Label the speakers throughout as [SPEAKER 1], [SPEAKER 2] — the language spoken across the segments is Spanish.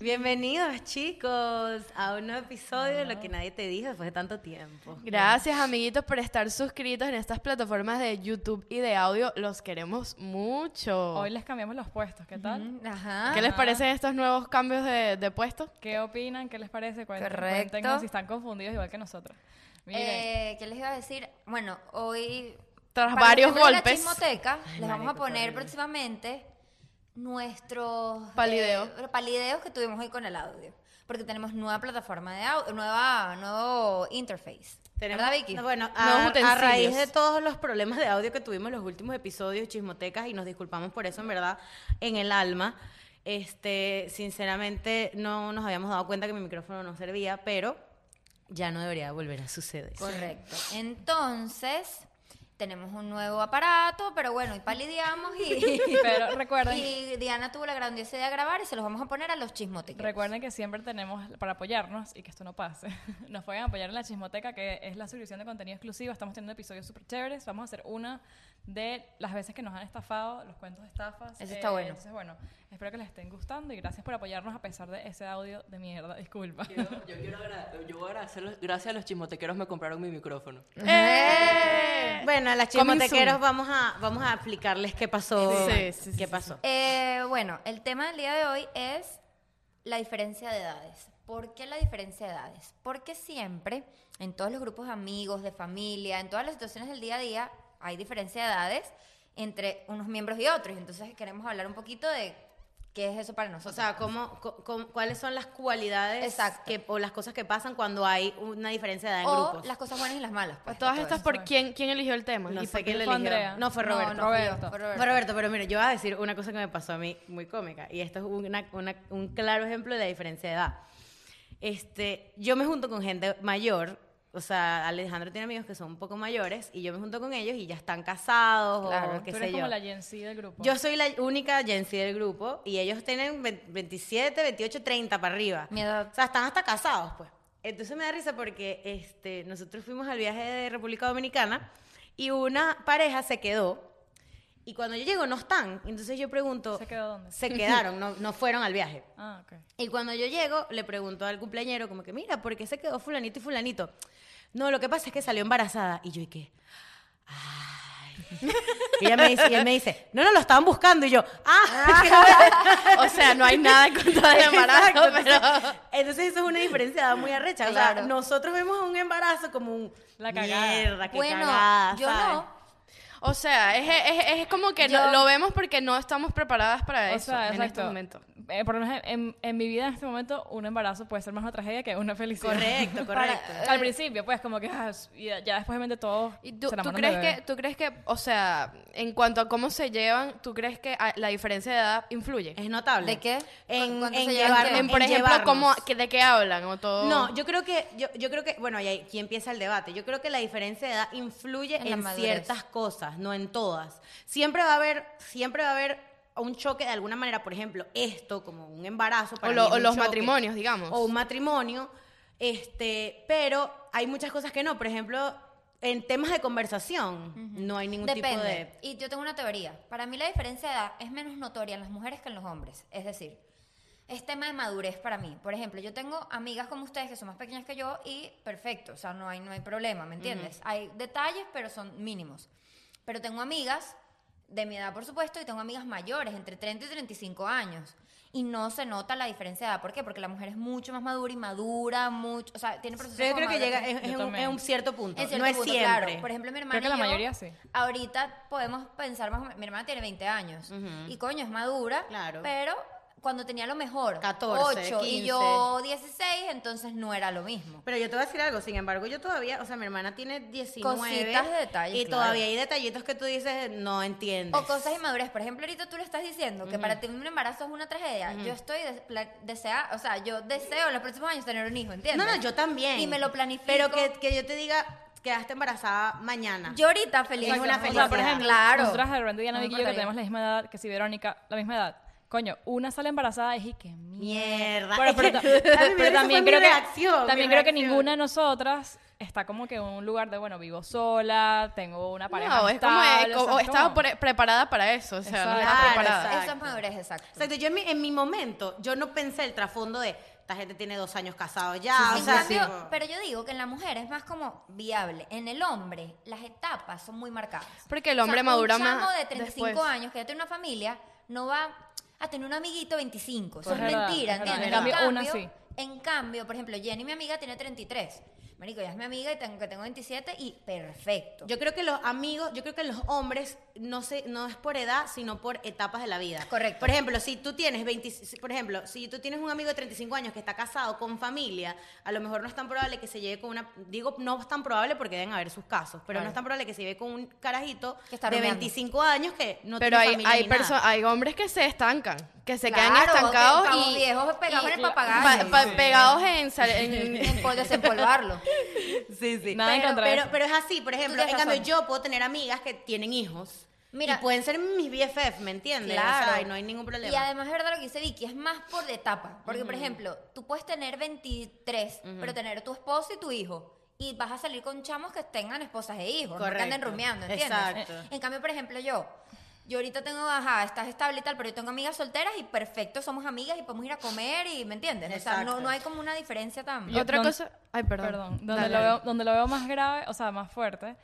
[SPEAKER 1] Bienvenidos chicos a un nuevo episodio de Lo que nadie te dijo después de tanto tiempo.
[SPEAKER 2] Gracias, amiguitos, por estar suscritos en estas plataformas de YouTube y de audio. Los queremos mucho.
[SPEAKER 3] Hoy les cambiamos los puestos, ¿qué tal?
[SPEAKER 1] Ajá.
[SPEAKER 2] ¿Qué les parecen estos nuevos cambios de, de puesto?
[SPEAKER 3] ¿Qué opinan? ¿Qué les parece? Cuenten,
[SPEAKER 4] Correcto.
[SPEAKER 3] cuéntenos si están confundidos igual que nosotros. Miren,
[SPEAKER 4] Eh, ¿Qué les iba a decir? Bueno, hoy.
[SPEAKER 2] Tras
[SPEAKER 4] para
[SPEAKER 2] varios
[SPEAKER 4] los que no ven La
[SPEAKER 2] golpes.
[SPEAKER 4] chismoteca, les vamos a
[SPEAKER 3] marico,
[SPEAKER 4] poner
[SPEAKER 3] terrible.
[SPEAKER 4] próximamente nuestros.
[SPEAKER 2] Palideo.
[SPEAKER 4] eh, los palideos que tuvimos hoy con el audio. Porque tenemos nueva plataforma de audio, nueva, nuevo interface. ¿Verdad, Vicky?
[SPEAKER 1] ah, Bueno,
[SPEAKER 2] Nuevos
[SPEAKER 1] a, a
[SPEAKER 2] utensilios.
[SPEAKER 1] raíz de todos los problemas de audio que tuvimos en los últimos episodios, chismotecas, y nos disculpamos por eso, en verdad, en el alma. Este, sinceramente, no nos habíamos dado cuenta que mi micrófono no servía, pero ya no debería volver a suceder.
[SPEAKER 4] Correcto. Entonces, tenemos un nuevo aparato, pero bueno, y palideamos y.
[SPEAKER 3] Pero recuerden-
[SPEAKER 4] Y Diana tuvo la grandiosa idea de grabar y se los vamos a poner a los chismotequeros.
[SPEAKER 3] Recuerden que siempre tenemos para apoyarnos y que esto no pase. Nos pueden apoyar en la chismoteca, que es la suscripción de contenido exclusivo. Estamos teniendo episodios súper chéveres. Vamos a hacer una de las veces que nos han estafado, los cuentos de estafas.
[SPEAKER 4] Eso está bueno.
[SPEAKER 3] Entonces, bueno, espero que les estén gustando y gracias por apoyarnos a pesar de ese audio de mierda. Disculpa.
[SPEAKER 5] Yo, yo quiero agra- yo voy a agradecerles, gracias a los chismotequeros me compraron mi micrófono.
[SPEAKER 4] Eh.
[SPEAKER 2] Eh.
[SPEAKER 1] Bueno, a las
[SPEAKER 2] Coming
[SPEAKER 1] chismotequeros
[SPEAKER 2] soon.
[SPEAKER 1] vamos a, vamos a explicarles qué pasó.
[SPEAKER 2] Sí, sí, sí,
[SPEAKER 1] qué
[SPEAKER 2] sí,
[SPEAKER 1] pasó.
[SPEAKER 4] Eh, bueno, el tema del día de hoy es la diferencia de edades. ¿Por qué la diferencia de edades? Porque siempre, en todos los grupos de amigos, de familia, en todas las situaciones del día a día, hay diferencia de edades entre unos miembros y otros. Entonces queremos hablar un poquito de qué es eso para
[SPEAKER 1] O
[SPEAKER 4] nosotros.
[SPEAKER 1] sea, ¿cómo, co- co- cuáles son las cualidades
[SPEAKER 4] Exacto.
[SPEAKER 1] que, o las cosas que pasan cuando hay una diferencia de edad en
[SPEAKER 4] o
[SPEAKER 1] grupos?
[SPEAKER 4] las cosas buenas y las malas. pues,
[SPEAKER 2] A todas
[SPEAKER 4] de todo
[SPEAKER 2] estas,
[SPEAKER 4] eso.
[SPEAKER 2] ¿por quién, quién eligió el tema?
[SPEAKER 1] No
[SPEAKER 2] ¿Y
[SPEAKER 1] sé
[SPEAKER 2] por
[SPEAKER 1] quién
[SPEAKER 2] qué
[SPEAKER 1] le
[SPEAKER 2] fue
[SPEAKER 1] eligió.
[SPEAKER 2] Andrea?
[SPEAKER 1] No, fue
[SPEAKER 4] No,
[SPEAKER 1] Roberto.
[SPEAKER 4] no, fui yo,
[SPEAKER 3] Roberto.
[SPEAKER 4] fue
[SPEAKER 1] Fue Roberto, pero mira, yo voy a decir una cosa que me pasó a mí muy cómica. Y esto es una- una- un claro ejemplo de la diferencia de edad. Este, yo me junto con gente mayor. O sea, Alejandro tiene amigos que son un poco mayores y yo me junto con ellos y ya están casados o
[SPEAKER 4] Claro,
[SPEAKER 1] qué
[SPEAKER 3] Tú
[SPEAKER 1] sé
[SPEAKER 3] eres
[SPEAKER 1] yo.
[SPEAKER 3] como la Gen Z del grupo.
[SPEAKER 1] Yo soy la única Gen Z del grupo y ellos tienen ve- 27, 28, 30 para arriba.
[SPEAKER 4] Mi edad.
[SPEAKER 1] O sea, están hasta casados, pues. Entonces me da risa porque este, nosotros fuimos al viaje de República Dominicana y una pareja se quedó y cuando yo llego no están. Entonces yo pregunto,
[SPEAKER 3] ¿Se quedó dónde?
[SPEAKER 1] se quedaron, no, no fueron al viaje.
[SPEAKER 3] Ah, ok.
[SPEAKER 1] Y cuando yo llego, le pregunto al cumpleañero, como que, mira, ¿por qué se quedó fulanito y fulanito? No, lo que pasa es que salió embarazada. Y yo, ¿y qué? Ay. Y ella me dice, y él me dice, no, no, lo estaban buscando. Y yo, ah.
[SPEAKER 2] O sea, no hay nada en contra del
[SPEAKER 1] Exacto,
[SPEAKER 2] embarazo, pero...
[SPEAKER 1] entonces, entonces eso es una diferencia de edad muy arrecha. O sea,
[SPEAKER 4] Claro.
[SPEAKER 1] nosotros vemos un embarazo como un...
[SPEAKER 3] La cagada.
[SPEAKER 1] Mierda, Ah, qué
[SPEAKER 4] Bueno,
[SPEAKER 1] cagada,
[SPEAKER 4] yo
[SPEAKER 1] ¿sabes?
[SPEAKER 4] no.
[SPEAKER 2] O sea, es, es- es como que
[SPEAKER 4] Yo-
[SPEAKER 2] lo, lo vemos porque no estamos preparadas para eso en este
[SPEAKER 3] exacto.
[SPEAKER 2] momento.
[SPEAKER 3] Eh, por lo menos en, en mi vida en este momento, un embarazo puede ser más una tragedia que una felicidad.
[SPEAKER 1] Correcto, correcto.
[SPEAKER 4] eh,
[SPEAKER 3] Al principio, pues, como que ah, s- y ya, ya después obviamente todo.
[SPEAKER 2] ¿Y tú, tú crees que, tú crees que, o sea, en cuanto a cómo se llevan, tú crees que ah, la diferencia de edad influye?
[SPEAKER 1] Es notable.
[SPEAKER 4] ¿De qué?
[SPEAKER 1] En,
[SPEAKER 4] ¿Cuánto
[SPEAKER 1] en
[SPEAKER 4] se llevan
[SPEAKER 1] llevarnos-
[SPEAKER 4] qué?
[SPEAKER 2] En, por
[SPEAKER 1] en
[SPEAKER 2] ejemplo, cómo,
[SPEAKER 1] llevarnos.
[SPEAKER 2] que- ¿de qué hablan o todo?
[SPEAKER 1] No, yo creo que, yo, yo creo que, bueno, y ahí- aquí empieza el debate. Yo creo que la diferencia de edad influye
[SPEAKER 4] En la
[SPEAKER 1] en,
[SPEAKER 4] madurez.
[SPEAKER 1] ciertas cosas, no en todas. Siempre va a haber, siempre va a haber un choque de alguna manera. Por ejemplo, esto, como un embarazo. para
[SPEAKER 2] O,
[SPEAKER 1] mí
[SPEAKER 2] lo-
[SPEAKER 1] es
[SPEAKER 2] o
[SPEAKER 1] un
[SPEAKER 2] los
[SPEAKER 1] choque.
[SPEAKER 2] matrimonios, digamos.
[SPEAKER 1] O un matrimonio. Este, pero hay muchas cosas que no. Por ejemplo, en temas de conversación, no hay ningún tipo de.
[SPEAKER 4] Depende. Y yo tengo una teoría. Para mí la diferencia de edad es menos notoria en las mujeres que en los hombres. Es decir, es tema de madurez para mí. Por ejemplo, yo tengo amigas como ustedes que son más pequeñas que yo y perfecto, o sea, no hay, no hay problema, ¿me entiendes? Hay detalles, pero son mínimos. Pero tengo amigas de mi edad, por supuesto, y tengo amigas mayores, entre 30 y 35 años. Y no se nota la diferencia de edad. ¿Por qué? Porque la mujer es mucho más madura y madura, mucho, o sea, tiene procesos
[SPEAKER 1] Pero yo
[SPEAKER 4] como
[SPEAKER 1] creo que
[SPEAKER 4] madurez.
[SPEAKER 1] llega, es, es
[SPEAKER 3] Yo
[SPEAKER 1] un,
[SPEAKER 3] también.
[SPEAKER 1] es un cierto punto.
[SPEAKER 4] En cierto
[SPEAKER 1] no es
[SPEAKER 4] punto,
[SPEAKER 1] siempre.
[SPEAKER 4] claro. Por ejemplo, mi hermana.
[SPEAKER 3] Creo que la
[SPEAKER 4] y yo,
[SPEAKER 3] mayoría sí.
[SPEAKER 4] Ahorita podemos pensar más o menos. Mi hermana tiene 20 años. Y coño, es madura.
[SPEAKER 1] Claro.
[SPEAKER 4] Pero cuando tenía lo mejor,
[SPEAKER 1] 14,
[SPEAKER 4] 8 y
[SPEAKER 1] 15.
[SPEAKER 4] yo 16, entonces no era lo mismo.
[SPEAKER 1] Pero yo te voy a decir algo, sin embargo, yo todavía, o sea, mi hermana tiene 19
[SPEAKER 4] Cositas de detalles,
[SPEAKER 1] y
[SPEAKER 4] claro.
[SPEAKER 1] todavía hay detallitos que tú dices, no entiendes.
[SPEAKER 4] O cosas inmaduras. Por ejemplo, ahorita tú le estás diciendo que para ti un embarazo es una tragedia. Yo estoy des- pla- desea, o sea, yo deseo en los próximos años tener un hijo, ¿entiendes?
[SPEAKER 1] No, no, yo también.
[SPEAKER 4] Y me lo planifico.
[SPEAKER 1] Pero que, que yo te diga, quedaste embarazada mañana.
[SPEAKER 4] yo ahorita feliz.
[SPEAKER 1] Es una
[SPEAKER 4] O sea,
[SPEAKER 1] felicidad.
[SPEAKER 4] por ejemplo,
[SPEAKER 3] Claro.
[SPEAKER 4] claro.
[SPEAKER 3] Nosotras de repente Diana
[SPEAKER 4] No me
[SPEAKER 3] Vicky y yo que
[SPEAKER 4] importaría.
[SPEAKER 3] tenemos la misma edad, que si Verónica, la misma edad. Coño, una sale embarazada y dije, qué
[SPEAKER 1] Mierda.
[SPEAKER 3] mierda. Pero, pero ta-
[SPEAKER 1] Ay, mira,
[SPEAKER 3] pero
[SPEAKER 1] esa
[SPEAKER 3] también
[SPEAKER 1] fue mi
[SPEAKER 3] creo que
[SPEAKER 1] reacción, mi
[SPEAKER 3] también creo que
[SPEAKER 1] reacción.
[SPEAKER 3] ninguna de nosotras está como que en un lugar de, bueno, vivo sola, tengo una pareja
[SPEAKER 2] No, es como,
[SPEAKER 3] estable, o sea,
[SPEAKER 2] o
[SPEAKER 3] es
[SPEAKER 2] estaba
[SPEAKER 3] como-
[SPEAKER 2] pre- preparada para eso, o sea, no
[SPEAKER 3] Exacto.
[SPEAKER 2] estaba
[SPEAKER 1] Claro,
[SPEAKER 2] preparada.
[SPEAKER 1] exacto.
[SPEAKER 4] Eso es madurez, exacto.
[SPEAKER 1] Exacto, yo en mi, en mi momento, yo no pensé el trasfondo de esta gente tiene dos años casados ya. o
[SPEAKER 3] Ah,
[SPEAKER 4] en
[SPEAKER 1] sea,
[SPEAKER 4] cambio,
[SPEAKER 1] tipo-
[SPEAKER 4] pero yo digo que en la mujer es más como viable. En el hombre, las etapas son muy marcadas.
[SPEAKER 2] Porque el hombre
[SPEAKER 4] O sea,
[SPEAKER 2] madura
[SPEAKER 4] un chamo
[SPEAKER 2] más
[SPEAKER 4] de 35
[SPEAKER 2] después.
[SPEAKER 4] años que ya tiene una familia no va a tener un amiguito 25. Eso
[SPEAKER 3] Pues Es
[SPEAKER 4] es
[SPEAKER 3] verdad,
[SPEAKER 4] mentira,
[SPEAKER 3] es verdad.
[SPEAKER 4] ¿entiendes?
[SPEAKER 3] En cambio, una
[SPEAKER 4] En cambio, por ejemplo, Jenny, mi amiga, tiene 33. Marico, ya es mi amiga y tengo, que tengo 27 y perfecto.
[SPEAKER 1] Yo creo que los amigos, yo creo que los hombres no se, no es por edad, sino por etapas de la vida.
[SPEAKER 4] Correcto.
[SPEAKER 1] Por ejemplo, si tú tienes 20, si- por ejemplo, si tú tienes un amigo de 35 años que está casado con familia, a lo mejor no es tan probable que se lleve con una, digo, no es tan probable porque deben haber sus casos, pero no es tan probable que se lleve con un carajito
[SPEAKER 4] Que está
[SPEAKER 1] de
[SPEAKER 4] rumiando.
[SPEAKER 1] 25 años que no
[SPEAKER 2] Pero
[SPEAKER 1] tiene
[SPEAKER 2] hay,
[SPEAKER 1] familia
[SPEAKER 2] hay,
[SPEAKER 1] ni
[SPEAKER 2] perso-
[SPEAKER 1] nada.
[SPEAKER 2] hay hombres que se estancan, que se quedan
[SPEAKER 4] Claro,
[SPEAKER 2] estancados
[SPEAKER 4] que pavos
[SPEAKER 2] y
[SPEAKER 4] viejos pegados
[SPEAKER 2] y-
[SPEAKER 4] en el
[SPEAKER 2] pa-
[SPEAKER 4] papagayo.
[SPEAKER 2] pa- pegados en, sal- en-
[SPEAKER 4] En pol- desempolvarlo.
[SPEAKER 1] Sí, sí.
[SPEAKER 3] Nada en
[SPEAKER 1] pero,
[SPEAKER 3] contra de
[SPEAKER 1] pero,
[SPEAKER 3] eso.
[SPEAKER 1] pero es así, por ejemplo, en
[SPEAKER 4] tienes
[SPEAKER 1] cambio
[SPEAKER 4] razón.
[SPEAKER 1] yo puedo tener amigas que tienen hijos
[SPEAKER 4] Mira-
[SPEAKER 1] y pueden ser mis BFF, ¿me entiendes? O sea,
[SPEAKER 4] Claro.
[SPEAKER 1] y no hay ningún problema.
[SPEAKER 4] Y además es verdad lo que dice Vicky, es más por de etapa. Porque, por ejemplo, tú puedes tener 23, pero tener tu esposo y tu hijo. Y vas a salir con chamos que tengan esposas e hijos, no que anden
[SPEAKER 1] Correcto.
[SPEAKER 4] rumiando, ¿entiendes?
[SPEAKER 1] Exacto.
[SPEAKER 4] En cambio, por ejemplo, yo, yo ahorita tengo, ajá, estás estable y tal, pero yo tengo amigas solteras y perfecto, somos amigas y podemos ir a comer y, ¿me entiendes? O sea, no,
[SPEAKER 1] Exacto.
[SPEAKER 4] no hay como una diferencia tan...
[SPEAKER 3] Yo-
[SPEAKER 2] otra
[SPEAKER 3] donde-
[SPEAKER 2] cosa. Ay, perdón.
[SPEAKER 3] Perdón, donde,
[SPEAKER 2] Dale,
[SPEAKER 3] lo
[SPEAKER 2] dale.
[SPEAKER 3] veo, donde lo veo más grave, o sea, más fuerte,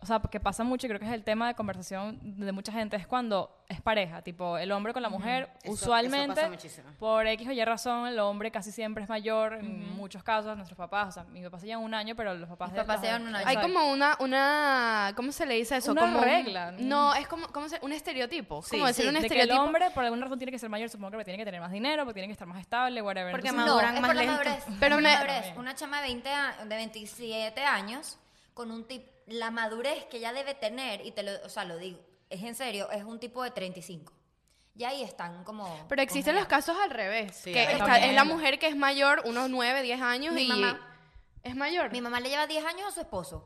[SPEAKER 3] o sea, porque pasa mucho y creo que es el tema de conversación de mucha gente, es cuando es pareja, tipo el hombre con la mujer,
[SPEAKER 1] Eso-
[SPEAKER 3] usualmente,
[SPEAKER 1] eso pasa muchísimo.
[SPEAKER 3] por X o Y razón, el hombre casi siempre es mayor, en muchos casos, nuestros papás, o sea, mis papás se llevan un año, pero los papás...
[SPEAKER 4] Mis
[SPEAKER 3] de-
[SPEAKER 4] papás
[SPEAKER 3] los
[SPEAKER 4] se
[SPEAKER 3] de-
[SPEAKER 4] llevan un año.
[SPEAKER 2] Hay
[SPEAKER 3] Exacto.
[SPEAKER 2] como una, una, ¿cómo se le dice eso?
[SPEAKER 3] Una
[SPEAKER 2] como un-
[SPEAKER 3] regla, ¿no?
[SPEAKER 2] no, es como, ¿cómo se- un estereotipo.
[SPEAKER 1] Sí,
[SPEAKER 2] como decir
[SPEAKER 1] sí,
[SPEAKER 2] un
[SPEAKER 3] de que el
[SPEAKER 2] estereotipo.
[SPEAKER 3] hombre por alguna razón tiene que ser mayor, supongo que tiene que tener más dinero, porque tiene que estar más estable, whatever.
[SPEAKER 1] Porque
[SPEAKER 3] Entonces,
[SPEAKER 1] más-
[SPEAKER 4] No,
[SPEAKER 1] maduran
[SPEAKER 4] es por la
[SPEAKER 1] lento.
[SPEAKER 4] madurez.
[SPEAKER 2] Pero
[SPEAKER 4] Por
[SPEAKER 2] me-
[SPEAKER 4] la madurez. Una chama de, 20 a- de 27 años con un tipo... La madurez que ella debe tener, y te lo, o sea, lo digo, es en serio, es un tipo de 35. Y ahí están como...
[SPEAKER 2] Pero existen los
[SPEAKER 4] congelados.
[SPEAKER 2] casos al revés.
[SPEAKER 1] Sí,
[SPEAKER 2] que
[SPEAKER 1] hay
[SPEAKER 2] está-
[SPEAKER 3] también.
[SPEAKER 2] es la mujer que es mayor, unos 9, 10 años
[SPEAKER 4] Mi
[SPEAKER 2] y
[SPEAKER 4] mamá.
[SPEAKER 2] es mayor.
[SPEAKER 4] Mi mamá le lleva 10 años a su esposo.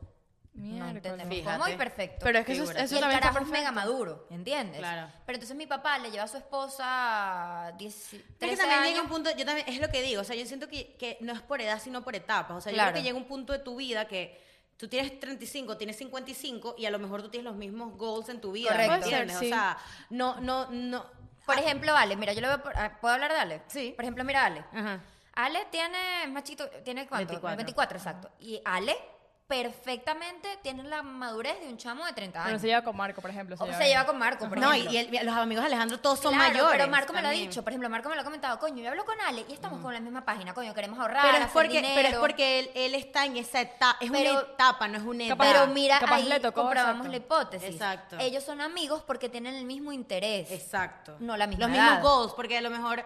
[SPEAKER 4] No
[SPEAKER 3] Miércoles.
[SPEAKER 4] entendemos
[SPEAKER 1] Fíjate.
[SPEAKER 4] cómo y perfecto.
[SPEAKER 2] Pero es que eso,
[SPEAKER 1] Figúrate.
[SPEAKER 2] eso
[SPEAKER 4] y el
[SPEAKER 2] también está
[SPEAKER 4] carajo es mega
[SPEAKER 2] perfecto.
[SPEAKER 4] maduro, ¿entiendes?
[SPEAKER 1] Claro.
[SPEAKER 4] Pero entonces mi papá le lleva a su esposa 10,
[SPEAKER 1] Es que
[SPEAKER 4] 13
[SPEAKER 1] también llega
[SPEAKER 4] años.
[SPEAKER 1] un punto, yo también, es lo que digo, o sea, yo siento que, que no es por edad, sino por etapas. O sea, yo
[SPEAKER 4] Claro.
[SPEAKER 1] creo que llega un punto de tu vida que tú tienes 35, tienes 55 y a lo mejor tú tienes los mismos goals en tu vida. ¿me
[SPEAKER 4] Correcto.
[SPEAKER 1] entiendes?
[SPEAKER 2] Puede
[SPEAKER 1] O
[SPEAKER 2] ser,
[SPEAKER 1] sea, no, no, no.
[SPEAKER 4] Por ejemplo, Ale, mira, yo le voy a... por- ah, ¿Puedo hablar de Ale?
[SPEAKER 1] Sí.
[SPEAKER 4] Por ejemplo, mira, Ale.
[SPEAKER 1] Ajá.
[SPEAKER 4] Ale tiene, es más chiquito, ¿tiene cuánto?
[SPEAKER 1] 24.
[SPEAKER 4] 24, exacto. Y Ale perfectamente tiene la madurez de un chamo de 30
[SPEAKER 3] Pero
[SPEAKER 4] años.
[SPEAKER 3] se lleva con Marco, por ejemplo.
[SPEAKER 4] O se lleva con Marco, por
[SPEAKER 1] No, y,
[SPEAKER 4] ejemplo.
[SPEAKER 1] y el- los amigos de Alejandro todos son
[SPEAKER 4] Claro,
[SPEAKER 1] mayores.
[SPEAKER 4] Pero Marco me lo ha
[SPEAKER 1] también. Mm.
[SPEAKER 4] dicho, por ejemplo, Marco me lo ha comentado, coño, yo hablo con Ale y estamos con la misma página, coño, queremos ahorrar,
[SPEAKER 1] Pero es
[SPEAKER 4] hacer
[SPEAKER 1] porque,
[SPEAKER 4] dinero.
[SPEAKER 1] pero es porque él, él está en esa etapa, es
[SPEAKER 4] Pero-
[SPEAKER 1] una etapa, no es una edad.
[SPEAKER 3] Capaz-
[SPEAKER 4] Pero mira,
[SPEAKER 3] capaz
[SPEAKER 4] ahí
[SPEAKER 3] le tocó,
[SPEAKER 4] comprobamos
[SPEAKER 3] exacto.
[SPEAKER 4] la hipótesis.
[SPEAKER 1] Exacto.
[SPEAKER 4] Ellos son amigos porque tienen el mismo interés.
[SPEAKER 1] Exacto.
[SPEAKER 4] No la misma
[SPEAKER 1] Los
[SPEAKER 4] edad.
[SPEAKER 1] mismos goals, porque a lo mejor,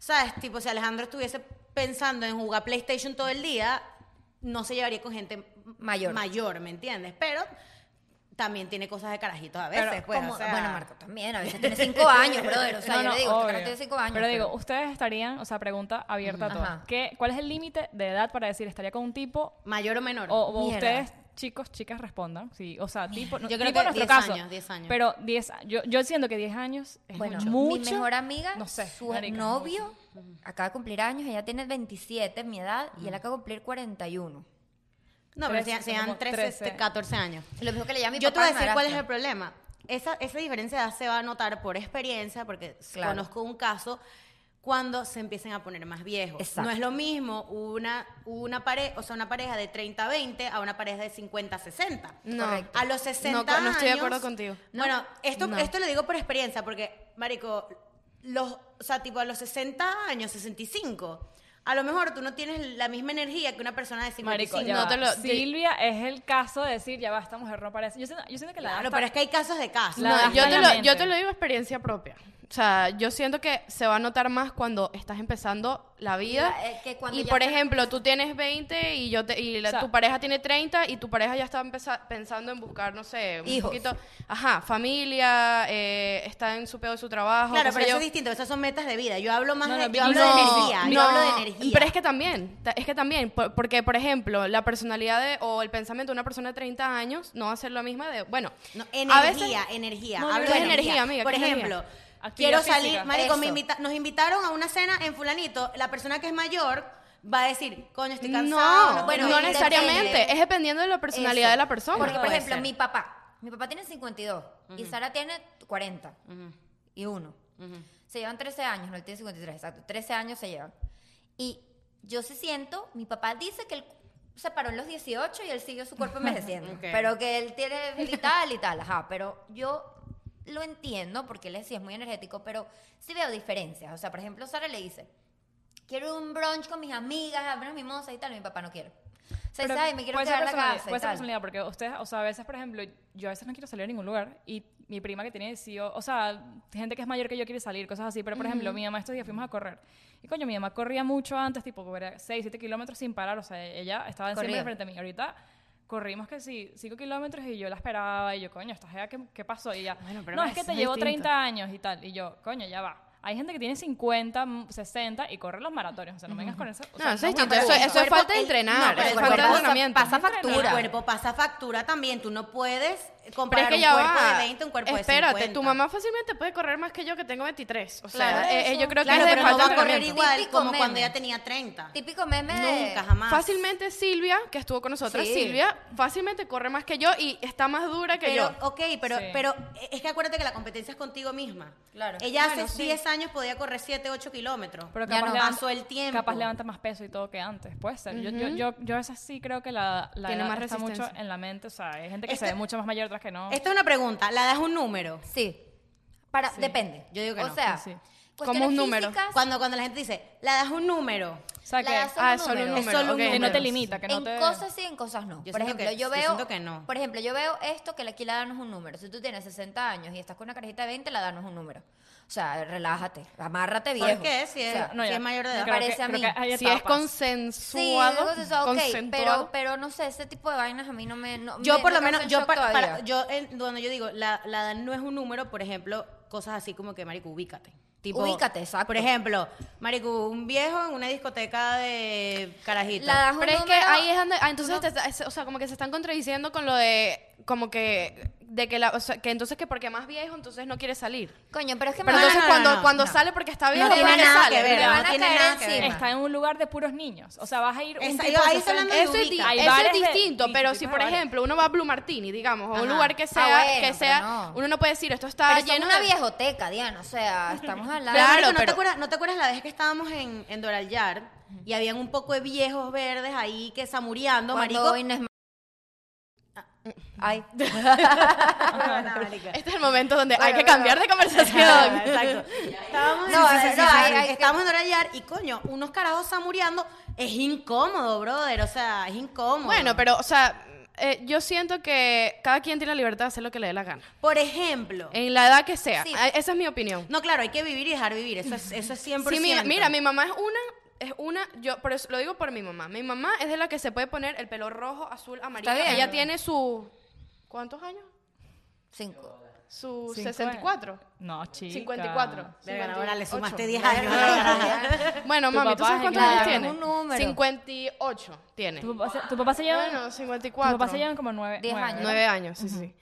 [SPEAKER 1] ¿sabes? Tipo, si Alejandro estuviese pensando en jugar PlayStation todo el día, no se llevaría con gente
[SPEAKER 4] Mayor.
[SPEAKER 1] mayor ¿me entiendes? Pero también tiene cosas de carajitos a veces,
[SPEAKER 4] Pero
[SPEAKER 1] pues,
[SPEAKER 4] como-
[SPEAKER 1] o sea,
[SPEAKER 4] bueno, Marco también, a veces tiene cinco años, brother. O sea,
[SPEAKER 3] No,
[SPEAKER 4] yo
[SPEAKER 3] no,
[SPEAKER 4] le digo,
[SPEAKER 3] obvio.
[SPEAKER 4] este carajo tiene cinco años.
[SPEAKER 3] Pero digo, ustedes estarían, o sea, pregunta abierta a
[SPEAKER 4] Ujú.
[SPEAKER 3] todos.
[SPEAKER 4] Ajá.
[SPEAKER 3] ¿Qué, ¿Cuál es el límite de edad para decir estaría con un tipo?
[SPEAKER 1] mayor o menor.
[SPEAKER 3] O, o
[SPEAKER 4] Mierda.
[SPEAKER 3] ustedes, chicos, chicas, respondan. Sí, o sea, tipo, no,
[SPEAKER 1] Yo creo
[SPEAKER 3] tipo
[SPEAKER 1] que
[SPEAKER 3] en nuestro
[SPEAKER 1] 10
[SPEAKER 3] caso.
[SPEAKER 1] años, 10 años.
[SPEAKER 3] Pero 10, a- yo, yo siento que 10 años es
[SPEAKER 4] bueno,
[SPEAKER 3] mucho.
[SPEAKER 4] mi
[SPEAKER 3] Mucho.
[SPEAKER 4] mejor amiga,
[SPEAKER 3] No sé,
[SPEAKER 4] su
[SPEAKER 3] marica,
[SPEAKER 4] novio, acaba de cumplir años, ella tiene 27, mi edad, y él acaba de cumplir 41.
[SPEAKER 1] no, pero
[SPEAKER 3] 13,
[SPEAKER 1] sean, sean
[SPEAKER 3] como
[SPEAKER 1] 13,
[SPEAKER 3] 13.
[SPEAKER 1] 14 años.
[SPEAKER 4] Lo mismo que le llama mi
[SPEAKER 1] Yo te
[SPEAKER 4] papá
[SPEAKER 1] voy a decir cuál es
[SPEAKER 4] madrastra.
[SPEAKER 1] el problema. Esa, esa diferencia de edad se va a notar por experiencia, porque
[SPEAKER 4] Claro.
[SPEAKER 1] conozco un caso cuando se empiecen a poner más viejos.
[SPEAKER 4] Exacto.
[SPEAKER 1] No es lo mismo una, una, pare, o sea, una pareja de 30 a 20 a una pareja de 50 a 60.
[SPEAKER 2] No.
[SPEAKER 4] Correcto.
[SPEAKER 1] A los 60
[SPEAKER 2] No, no estoy de
[SPEAKER 1] años-
[SPEAKER 2] acuerdo contigo.
[SPEAKER 1] Bueno, esto,
[SPEAKER 2] No.
[SPEAKER 1] esto lo digo por experiencia, porque, marico, los, o sea, tipo a los 60 años, 65, a lo mejor tú no tienes la misma energía que una persona de 55.
[SPEAKER 3] Marico, ya
[SPEAKER 2] no
[SPEAKER 3] va.
[SPEAKER 2] te lo-
[SPEAKER 3] Silvia es el caso de decir, ya va, esta mujer no parece. Yo siento, yo siento que la edad
[SPEAKER 1] Claro,
[SPEAKER 3] está-
[SPEAKER 1] pero es que hay casos de casos.
[SPEAKER 3] La
[SPEAKER 2] No,
[SPEAKER 3] edad
[SPEAKER 2] yo,
[SPEAKER 3] está
[SPEAKER 2] te
[SPEAKER 3] en
[SPEAKER 2] lo,
[SPEAKER 3] la
[SPEAKER 2] yo te
[SPEAKER 3] mente.
[SPEAKER 2] lo digo experiencia propia. O sea, yo siento que se va a notar más cuando estás empezando la vida.
[SPEAKER 4] Ya, eh, que cuando
[SPEAKER 2] y
[SPEAKER 4] ya
[SPEAKER 2] por
[SPEAKER 4] estás-
[SPEAKER 2] ejemplo, tú tienes 20 y yo te- y la-
[SPEAKER 3] O sea-
[SPEAKER 2] tu pareja tiene 30 y tu pareja ya está empeza- pensando en buscar, no sé, un
[SPEAKER 4] Hijos.
[SPEAKER 2] poquito, ajá, familia, eh, está en su pedo de su trabajo,
[SPEAKER 1] Claro,
[SPEAKER 2] qué
[SPEAKER 1] pero
[SPEAKER 2] sé
[SPEAKER 1] pues eso
[SPEAKER 2] yo.
[SPEAKER 1] es distinto, esas son metas de vida. Yo hablo más
[SPEAKER 3] No,
[SPEAKER 1] de,
[SPEAKER 3] no,
[SPEAKER 1] yo hablo de energía, yo hablo de energía.
[SPEAKER 2] Pero es que también, ta- es que también, por- porque por ejemplo, la personalidad de, o el pensamiento de una persona de 30 años no va a ser lo misma de, bueno,
[SPEAKER 1] No,
[SPEAKER 2] a
[SPEAKER 1] energía,
[SPEAKER 2] veces
[SPEAKER 1] energía.
[SPEAKER 2] No, no,
[SPEAKER 1] hablo
[SPEAKER 2] no,
[SPEAKER 1] de
[SPEAKER 2] es
[SPEAKER 1] energía,
[SPEAKER 2] energía, amiga,
[SPEAKER 1] Por
[SPEAKER 2] ¿qué es
[SPEAKER 1] ejemplo,
[SPEAKER 2] energía?
[SPEAKER 3] Actividad
[SPEAKER 1] quiero salir,
[SPEAKER 3] física.
[SPEAKER 1] marico, me
[SPEAKER 4] Eso.
[SPEAKER 1] invita- nos invitaron a una cena en fulanito, la persona que es mayor va a decir, coño, estoy cansado.
[SPEAKER 2] No,
[SPEAKER 4] bueno,
[SPEAKER 2] no
[SPEAKER 4] depende.
[SPEAKER 2] necesariamente. Es dependiendo de la personalidad
[SPEAKER 4] Eso.
[SPEAKER 2] de la persona.
[SPEAKER 4] Porque, por
[SPEAKER 1] Puede
[SPEAKER 4] ejemplo,
[SPEAKER 1] ser.
[SPEAKER 4] mi papá, mi papá tiene 52 y Sara tiene 40 y uno. Se llevan 13 años, no, él tiene 53, exacto. 13 años se llevan. Y yo sí siento, mi papá dice que él se paró en los 18 y él siguió su cuerpo envejeciendo.
[SPEAKER 1] Ok.
[SPEAKER 4] Pero que él tiene y tal y tal, ajá. Pero yo lo entiendo porque él es- sí es muy energético, pero sí veo diferencias. O sea, por ejemplo, Sara le dice, quiero un brunch con mis amigas, a unas mimosas y tal, mi papá no quiere. O sea,
[SPEAKER 3] Pero
[SPEAKER 4] ¿sabes? Me quiero
[SPEAKER 3] puede ser
[SPEAKER 4] quedar en la
[SPEAKER 3] personalidad-
[SPEAKER 4] casa. y
[SPEAKER 3] Puede ser
[SPEAKER 4] tal.
[SPEAKER 3] personalidad, porque ustedes, o sea, a veces, por ejemplo, yo a veces no quiero salir a ningún lugar y mi prima que tiene 18, o sea, gente que es mayor que yo quiere salir, cosas así, pero por ejemplo, mi mamá estos días fuimos a correr. Y coño, mi mamá corría mucho antes, tipo, era 6, 7 kilómetros sin parar, o sea, ella estaba encima
[SPEAKER 4] Corría.
[SPEAKER 3] de frente a mí. Ahorita corrimos que sí, 5 kilómetros y yo la esperaba y yo, coño, esta jeva, ¿qué, qué pasó? Y ya,
[SPEAKER 2] Bueno, pero
[SPEAKER 3] no,
[SPEAKER 2] ves,
[SPEAKER 3] es que
[SPEAKER 2] eso
[SPEAKER 3] te
[SPEAKER 2] es
[SPEAKER 3] llevo
[SPEAKER 2] distinto.
[SPEAKER 3] 30 años y tal. Y yo, coño, ya va. Hay gente que tiene 50, mm, 60 y corre los maratones, o sea, no vengas con eso. o sea,
[SPEAKER 2] No, eso es
[SPEAKER 3] muy
[SPEAKER 2] distinto. Eso,
[SPEAKER 3] bueno.
[SPEAKER 2] eso es
[SPEAKER 4] cuerpo-
[SPEAKER 2] falta de
[SPEAKER 4] el-
[SPEAKER 2] entrenar.
[SPEAKER 4] no, pero
[SPEAKER 2] es
[SPEAKER 4] el
[SPEAKER 2] falta de
[SPEAKER 4] cuerpo pasa-
[SPEAKER 2] entrenamiento.
[SPEAKER 1] pasa factura.
[SPEAKER 4] Entrenar.
[SPEAKER 1] El cuerpo pasa factura también. Tú no puedes
[SPEAKER 2] Pero es
[SPEAKER 1] comparar
[SPEAKER 2] que ya
[SPEAKER 1] un cuerpo
[SPEAKER 2] va.
[SPEAKER 1] de 20 a un cuerpo de 50.
[SPEAKER 2] Espérate, tu mamá fácilmente puede correr más que yo que tengo 23. O sea,
[SPEAKER 4] Claro,
[SPEAKER 2] eh, eh, yo creo que
[SPEAKER 1] Claro,
[SPEAKER 2] es de
[SPEAKER 1] pero no va
[SPEAKER 2] falta
[SPEAKER 1] a
[SPEAKER 2] de
[SPEAKER 1] correr
[SPEAKER 2] entrenamiento.
[SPEAKER 1] igual
[SPEAKER 4] Típico
[SPEAKER 1] como
[SPEAKER 4] meme.
[SPEAKER 1] cuando ella tenía 30.
[SPEAKER 4] Típico meme de...
[SPEAKER 1] Nunca, jamás.
[SPEAKER 2] Fácilmente Silvia, que estuvo con nosotras,
[SPEAKER 4] Sí.
[SPEAKER 2] Silvia, fácilmente corre más que yo y está más dura que
[SPEAKER 1] Pero,
[SPEAKER 2] yo.
[SPEAKER 1] ok, pero,
[SPEAKER 3] Sí.
[SPEAKER 1] pero e, es que acuérdate que la competencia es contigo misma.
[SPEAKER 4] Claro.
[SPEAKER 1] Ella
[SPEAKER 4] Claro,
[SPEAKER 1] hace
[SPEAKER 4] sí.
[SPEAKER 1] 10 años podía correr 7, 8 kilómetros.
[SPEAKER 3] Pero
[SPEAKER 4] Ya
[SPEAKER 3] capaz
[SPEAKER 4] no.
[SPEAKER 3] levanta-
[SPEAKER 1] Pasó el tiempo.
[SPEAKER 3] Capaz levanta más peso y todo que antes. Puede ser. Yo- yo, yo, yo, a veces sí creo que la, la
[SPEAKER 2] Tiene
[SPEAKER 3] edad
[SPEAKER 2] más
[SPEAKER 3] está mucho
[SPEAKER 2] resistencia.
[SPEAKER 3] en la mente. O sea, hay gente que se
[SPEAKER 1] Esto-
[SPEAKER 3] ve mucho más mayor, otras que no.
[SPEAKER 1] Esta es una pregunta. ¿La das un número?
[SPEAKER 4] Sí. Para, Depende.
[SPEAKER 1] Yo digo que
[SPEAKER 4] o
[SPEAKER 1] no,
[SPEAKER 4] sea,
[SPEAKER 3] sí, sí.
[SPEAKER 4] cuestiones
[SPEAKER 2] Como un número.
[SPEAKER 4] físicas,
[SPEAKER 1] Cuando, cuando la gente dice, ¿la das un número?
[SPEAKER 3] o sea,
[SPEAKER 4] la
[SPEAKER 3] que,
[SPEAKER 4] edad solo
[SPEAKER 2] ah,
[SPEAKER 4] un
[SPEAKER 2] es solo un
[SPEAKER 4] número.
[SPEAKER 2] número.
[SPEAKER 1] Es solo un
[SPEAKER 2] ok.
[SPEAKER 3] que no te
[SPEAKER 1] números.
[SPEAKER 3] limita, que no
[SPEAKER 4] en
[SPEAKER 3] te...
[SPEAKER 4] cosas sí, en cosas no.
[SPEAKER 1] Yo
[SPEAKER 4] por
[SPEAKER 1] siento
[SPEAKER 4] ejemplo,
[SPEAKER 1] que-
[SPEAKER 4] yo
[SPEAKER 1] yo
[SPEAKER 4] veo.
[SPEAKER 1] siento que no.
[SPEAKER 4] Por ejemplo, yo veo esto que aquí la dan es un número. Si tú tienes 60 años y estás con una carajita de 20, la dan es un número. O sea, relájate, amárrate bien.
[SPEAKER 1] ¿Por qué? Si es,
[SPEAKER 4] o sea,
[SPEAKER 1] si es mayor de edad.
[SPEAKER 4] creo- parece a mí.
[SPEAKER 3] hay
[SPEAKER 2] Si es
[SPEAKER 1] pues.
[SPEAKER 3] etapas.
[SPEAKER 4] Sí,
[SPEAKER 2] consensuado,
[SPEAKER 4] digo que eso, ok,
[SPEAKER 2] consensuado.
[SPEAKER 4] pero, pero no sé, ese tipo de vainas a mí no me. no-
[SPEAKER 1] Yo
[SPEAKER 4] me-
[SPEAKER 1] por
[SPEAKER 4] me
[SPEAKER 1] lo menos,
[SPEAKER 4] causan
[SPEAKER 1] yo,
[SPEAKER 4] shock
[SPEAKER 1] para, para-
[SPEAKER 4] todavía.
[SPEAKER 1] yo en- cuando yo digo, la, la edad no es un número, por ejemplo, cosas así como que, marico, ubícate. Tipo,
[SPEAKER 4] Ubícate, exacto.
[SPEAKER 1] Por ejemplo, marico, un viejo en una discoteca de carajito.
[SPEAKER 4] La edad-
[SPEAKER 2] Pero es que
[SPEAKER 4] número-
[SPEAKER 2] ahí es donde, ah, entonces, te está- es- o sea, como que se están contradiciendo con lo de, como que, de que la, o sea, que entonces que porque más viejo, entonces no quiere salir.
[SPEAKER 4] Coño, pero es que
[SPEAKER 2] Pero
[SPEAKER 4] me van
[SPEAKER 2] entonces
[SPEAKER 4] a-
[SPEAKER 1] no, no,
[SPEAKER 2] cuando,
[SPEAKER 1] no,
[SPEAKER 2] cuando
[SPEAKER 1] no.
[SPEAKER 2] sale porque está
[SPEAKER 1] No
[SPEAKER 2] viejo,
[SPEAKER 1] tiene
[SPEAKER 2] ¿por qué
[SPEAKER 1] nada
[SPEAKER 2] sale?
[SPEAKER 1] que ver,
[SPEAKER 4] Le
[SPEAKER 1] no
[SPEAKER 4] van a
[SPEAKER 1] tiene
[SPEAKER 4] caer
[SPEAKER 1] nada que ver.
[SPEAKER 4] encima.
[SPEAKER 3] Está en un lugar de puros niños. O sea, vas a ir un
[SPEAKER 1] Esa-
[SPEAKER 3] tipo
[SPEAKER 1] ahí
[SPEAKER 3] de
[SPEAKER 1] está hablando
[SPEAKER 3] 60.
[SPEAKER 1] de
[SPEAKER 2] Eso es, di-
[SPEAKER 1] ubica.
[SPEAKER 3] Hay
[SPEAKER 2] eso es
[SPEAKER 3] bares de
[SPEAKER 2] distinto,
[SPEAKER 3] distintos
[SPEAKER 2] pero si por
[SPEAKER 3] tipos de bares.
[SPEAKER 2] ejemplo uno va a Blue Martini, digamos, o un
[SPEAKER 4] Ajá.
[SPEAKER 2] lugar que
[SPEAKER 4] Ah,
[SPEAKER 2] sea,
[SPEAKER 4] bueno,
[SPEAKER 2] que
[SPEAKER 4] pero
[SPEAKER 2] sea,
[SPEAKER 4] no.
[SPEAKER 2] uno no puede decir esto está
[SPEAKER 4] Pero eso es
[SPEAKER 2] lleno
[SPEAKER 4] una
[SPEAKER 2] de-
[SPEAKER 4] viejoteca, Diana. O sea, estamos hablando.
[SPEAKER 1] Pero,
[SPEAKER 2] Claro,
[SPEAKER 1] marico, ¿no, te
[SPEAKER 2] pero-
[SPEAKER 1] acuerdas, ¿No te acuerdas la vez que estábamos en, en Doral Yard y habían un poco de viejos verdes ahí que samureando,
[SPEAKER 4] Cuando
[SPEAKER 1] marico?
[SPEAKER 4] Inés-
[SPEAKER 2] Ah, mm.
[SPEAKER 4] Ay.
[SPEAKER 1] No, no, marico.
[SPEAKER 2] Este es el momento donde hay
[SPEAKER 4] Bueno,
[SPEAKER 2] que
[SPEAKER 4] bueno.
[SPEAKER 2] cambiar de
[SPEAKER 1] Ajá,
[SPEAKER 2] conversación.
[SPEAKER 1] Exacto. Estábamos en,
[SPEAKER 4] No,
[SPEAKER 1] sí, sí, sí,
[SPEAKER 4] no,
[SPEAKER 1] sí,
[SPEAKER 4] hay-
[SPEAKER 1] sí.
[SPEAKER 4] hay que-
[SPEAKER 1] Estábamos en Doral Yard y coño, unos carajos samureando es incómodo, brother. O sea, es incómodo.
[SPEAKER 2] Bueno, pero, o sea, eh, yo siento que cada quien tiene la libertad de hacer lo que le dé la gana.
[SPEAKER 1] Por ejemplo.
[SPEAKER 2] En la edad que sea.
[SPEAKER 4] Sí.
[SPEAKER 2] Ah, Esa es mi opinión.
[SPEAKER 1] No, claro, hay que vivir y dejar vivir. Eso es, eso es 100%.
[SPEAKER 2] Sí, mi- mira, mi mamá es una, es una, yo por eso, lo digo por mi mamá. Mi mamá es de la que se puede poner el pelo rojo, azul, amarillo.
[SPEAKER 4] Está bien.
[SPEAKER 2] Ella tiene su ¿cuántos años?
[SPEAKER 4] Cinco.
[SPEAKER 2] Su
[SPEAKER 3] Cinco
[SPEAKER 2] 64.
[SPEAKER 3] años. No, chica.
[SPEAKER 2] 54.
[SPEAKER 1] Verga, ahora le
[SPEAKER 2] 58.
[SPEAKER 1] sumaste 10 años.
[SPEAKER 2] Bueno,
[SPEAKER 3] Tu
[SPEAKER 2] mami, ¿tú
[SPEAKER 3] papá
[SPEAKER 2] sabes
[SPEAKER 3] es
[SPEAKER 2] cuántos
[SPEAKER 3] grande.
[SPEAKER 2] años
[SPEAKER 4] Claro,
[SPEAKER 2] tiene?
[SPEAKER 4] un número.
[SPEAKER 2] 58 tiene.
[SPEAKER 3] Tu papá, se- tu papá se lleva...
[SPEAKER 2] Bueno,
[SPEAKER 3] tu
[SPEAKER 2] 54.
[SPEAKER 3] papá se llevan como nueve.
[SPEAKER 4] Diez
[SPEAKER 3] nueve,
[SPEAKER 4] años.
[SPEAKER 3] ¿verdad?
[SPEAKER 2] Nueve años, sí, sí.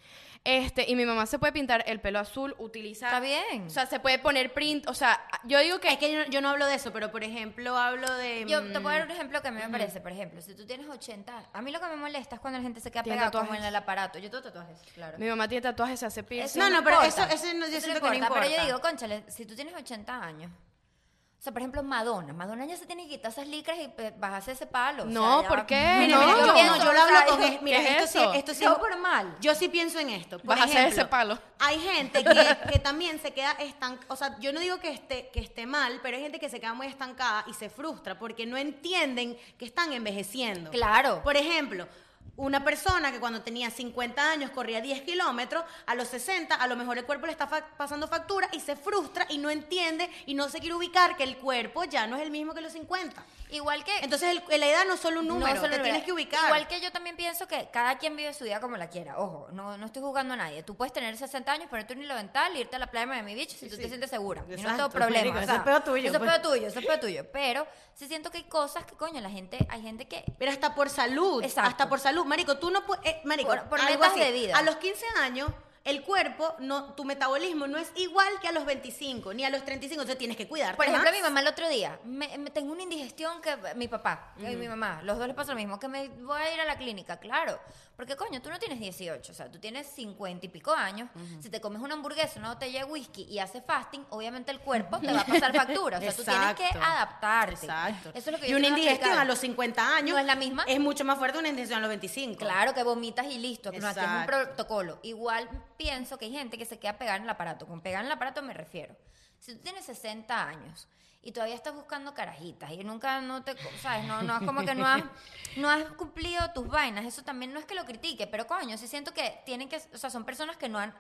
[SPEAKER 2] Este, y mi mamá se puede pintar el pelo azul, utilizar...
[SPEAKER 4] Está bien.
[SPEAKER 2] O sea, se puede poner print, o sea, yo digo que...
[SPEAKER 1] Es que yo, yo no hablo de eso, pero por ejemplo hablo de...
[SPEAKER 4] Yo te
[SPEAKER 1] mm,
[SPEAKER 4] puedo dar un ejemplo que a mí me parece. Por ejemplo, si tú tienes 80, a mí lo que me molesta es cuando la gente se queda
[SPEAKER 2] Tiene
[SPEAKER 4] pegada como en
[SPEAKER 2] tatuajes.
[SPEAKER 4] el aparato. Yo tengo tatuajes, claro.
[SPEAKER 2] Mi mamá tiene tatuajes, se hace piercing.
[SPEAKER 4] Eso
[SPEAKER 1] No, no, pero
[SPEAKER 4] importa.
[SPEAKER 1] eso- eso no- yo siento que no
[SPEAKER 4] Pero yo
[SPEAKER 1] importa.
[SPEAKER 4] digo, conchale, si tú tienes 80 años. O sea, por ejemplo, Madonna. Madonna ya se tiene que quitar esas licras y pues, bajarse ese palo. o sea,
[SPEAKER 2] No,
[SPEAKER 4] ya-
[SPEAKER 2] ¿por qué?
[SPEAKER 1] Mira,
[SPEAKER 2] No,
[SPEAKER 1] mira, yo,
[SPEAKER 2] no,
[SPEAKER 1] pienso- yo lo
[SPEAKER 4] o sea,
[SPEAKER 1] hablo con...
[SPEAKER 4] eso-
[SPEAKER 1] mira,
[SPEAKER 2] ¿qué es
[SPEAKER 1] esto sí,
[SPEAKER 2] eso?
[SPEAKER 1] esto sí
[SPEAKER 4] Yo
[SPEAKER 1] es-
[SPEAKER 4] por mal.
[SPEAKER 1] Yo sí pienso en esto. Por
[SPEAKER 2] Vas a hacer
[SPEAKER 1] ejemplo,
[SPEAKER 2] ese palo.
[SPEAKER 1] Hay gente que, que también se queda estancada. O sea, yo no digo que esté, que esté mal, pero hay gente que se queda muy estancada y se frustra porque no entienden que están envejeciendo.
[SPEAKER 4] Claro.
[SPEAKER 1] Por ejemplo, una persona que cuando tenía 50 años corría 10 kilómetros, a los 60 a lo mejor el cuerpo le está fa- pasando factura y se frustra y no entiende y no se quiere ubicar que el cuerpo ya no es el mismo que los 50.
[SPEAKER 4] Igual que.
[SPEAKER 1] Entonces el- la edad no es solo un número,
[SPEAKER 4] solo
[SPEAKER 1] te
[SPEAKER 4] la
[SPEAKER 1] tienes
[SPEAKER 4] verdad.
[SPEAKER 1] que ubicar.
[SPEAKER 4] Igual que yo también pienso que cada quien vive su vida como la quiera. Ojo, no, no estoy jugando a nadie. Tú puedes tener 60 años, ponerte un hilo dental, irte a la playa de mi bicho si tú te sientes segura. Y no es
[SPEAKER 1] Exacto,
[SPEAKER 4] todo problema.
[SPEAKER 1] marico,
[SPEAKER 4] o
[SPEAKER 1] eso es
[SPEAKER 4] sea,
[SPEAKER 1] pedo tuyo,
[SPEAKER 4] Eso es
[SPEAKER 1] pues.
[SPEAKER 4] pedo tuyo, eso es pedo tuyo. Pero sí siento que hay cosas que, coño, la gente, hay gente que.
[SPEAKER 1] Pero hasta por salud.
[SPEAKER 4] Exacto.
[SPEAKER 1] Hasta por salud. Marico, tú no puedes. marico,
[SPEAKER 4] Por- por
[SPEAKER 1] algo
[SPEAKER 4] metas
[SPEAKER 1] así.
[SPEAKER 4] de vida.
[SPEAKER 1] A los 15 años, el cuerpo, no, tu metabolismo no es igual que a los 25, ni a los 35, entonces tienes que cuidarte
[SPEAKER 4] Por ejemplo,
[SPEAKER 1] más.
[SPEAKER 4] mi mamá el otro día, me, me- tengo una indigestión que mi papá y mi mamá, los dos les pasa lo mismo, que me voy a ir a la clínica, claro. Porque coño, tú no tienes 18, o sea, tú tienes 50 y pico años. Si te comes una hamburguesa, una botella de whisky y haces fasting, obviamente el cuerpo te va a pasar factura. O sea, tú tienes que
[SPEAKER 1] Exacto.
[SPEAKER 4] adaptarte.
[SPEAKER 1] Exacto.
[SPEAKER 4] Eso es lo que
[SPEAKER 1] y
[SPEAKER 4] yo
[SPEAKER 1] una
[SPEAKER 4] quiero
[SPEAKER 1] indigestión
[SPEAKER 4] explicar.
[SPEAKER 1] a los 50 años.
[SPEAKER 4] ¿No es la misma?
[SPEAKER 1] Es mucho más fuerte una indigestión a los 25.
[SPEAKER 4] Claro, que vomitas y listo. No, aquí es un
[SPEAKER 1] Exacto.
[SPEAKER 4] protocolo. Igual pienso que hay gente que se queda pegada en el aparato. Con pegar en el aparato me refiero. Si tú tienes 60 años y todavía estás buscando carajitas y nunca no te, co- sabes, no, no como que no has, no has cumplido tus vainas, eso también no es que lo critique, pero coño, sí siento que tienen que, o sea, son personas que no han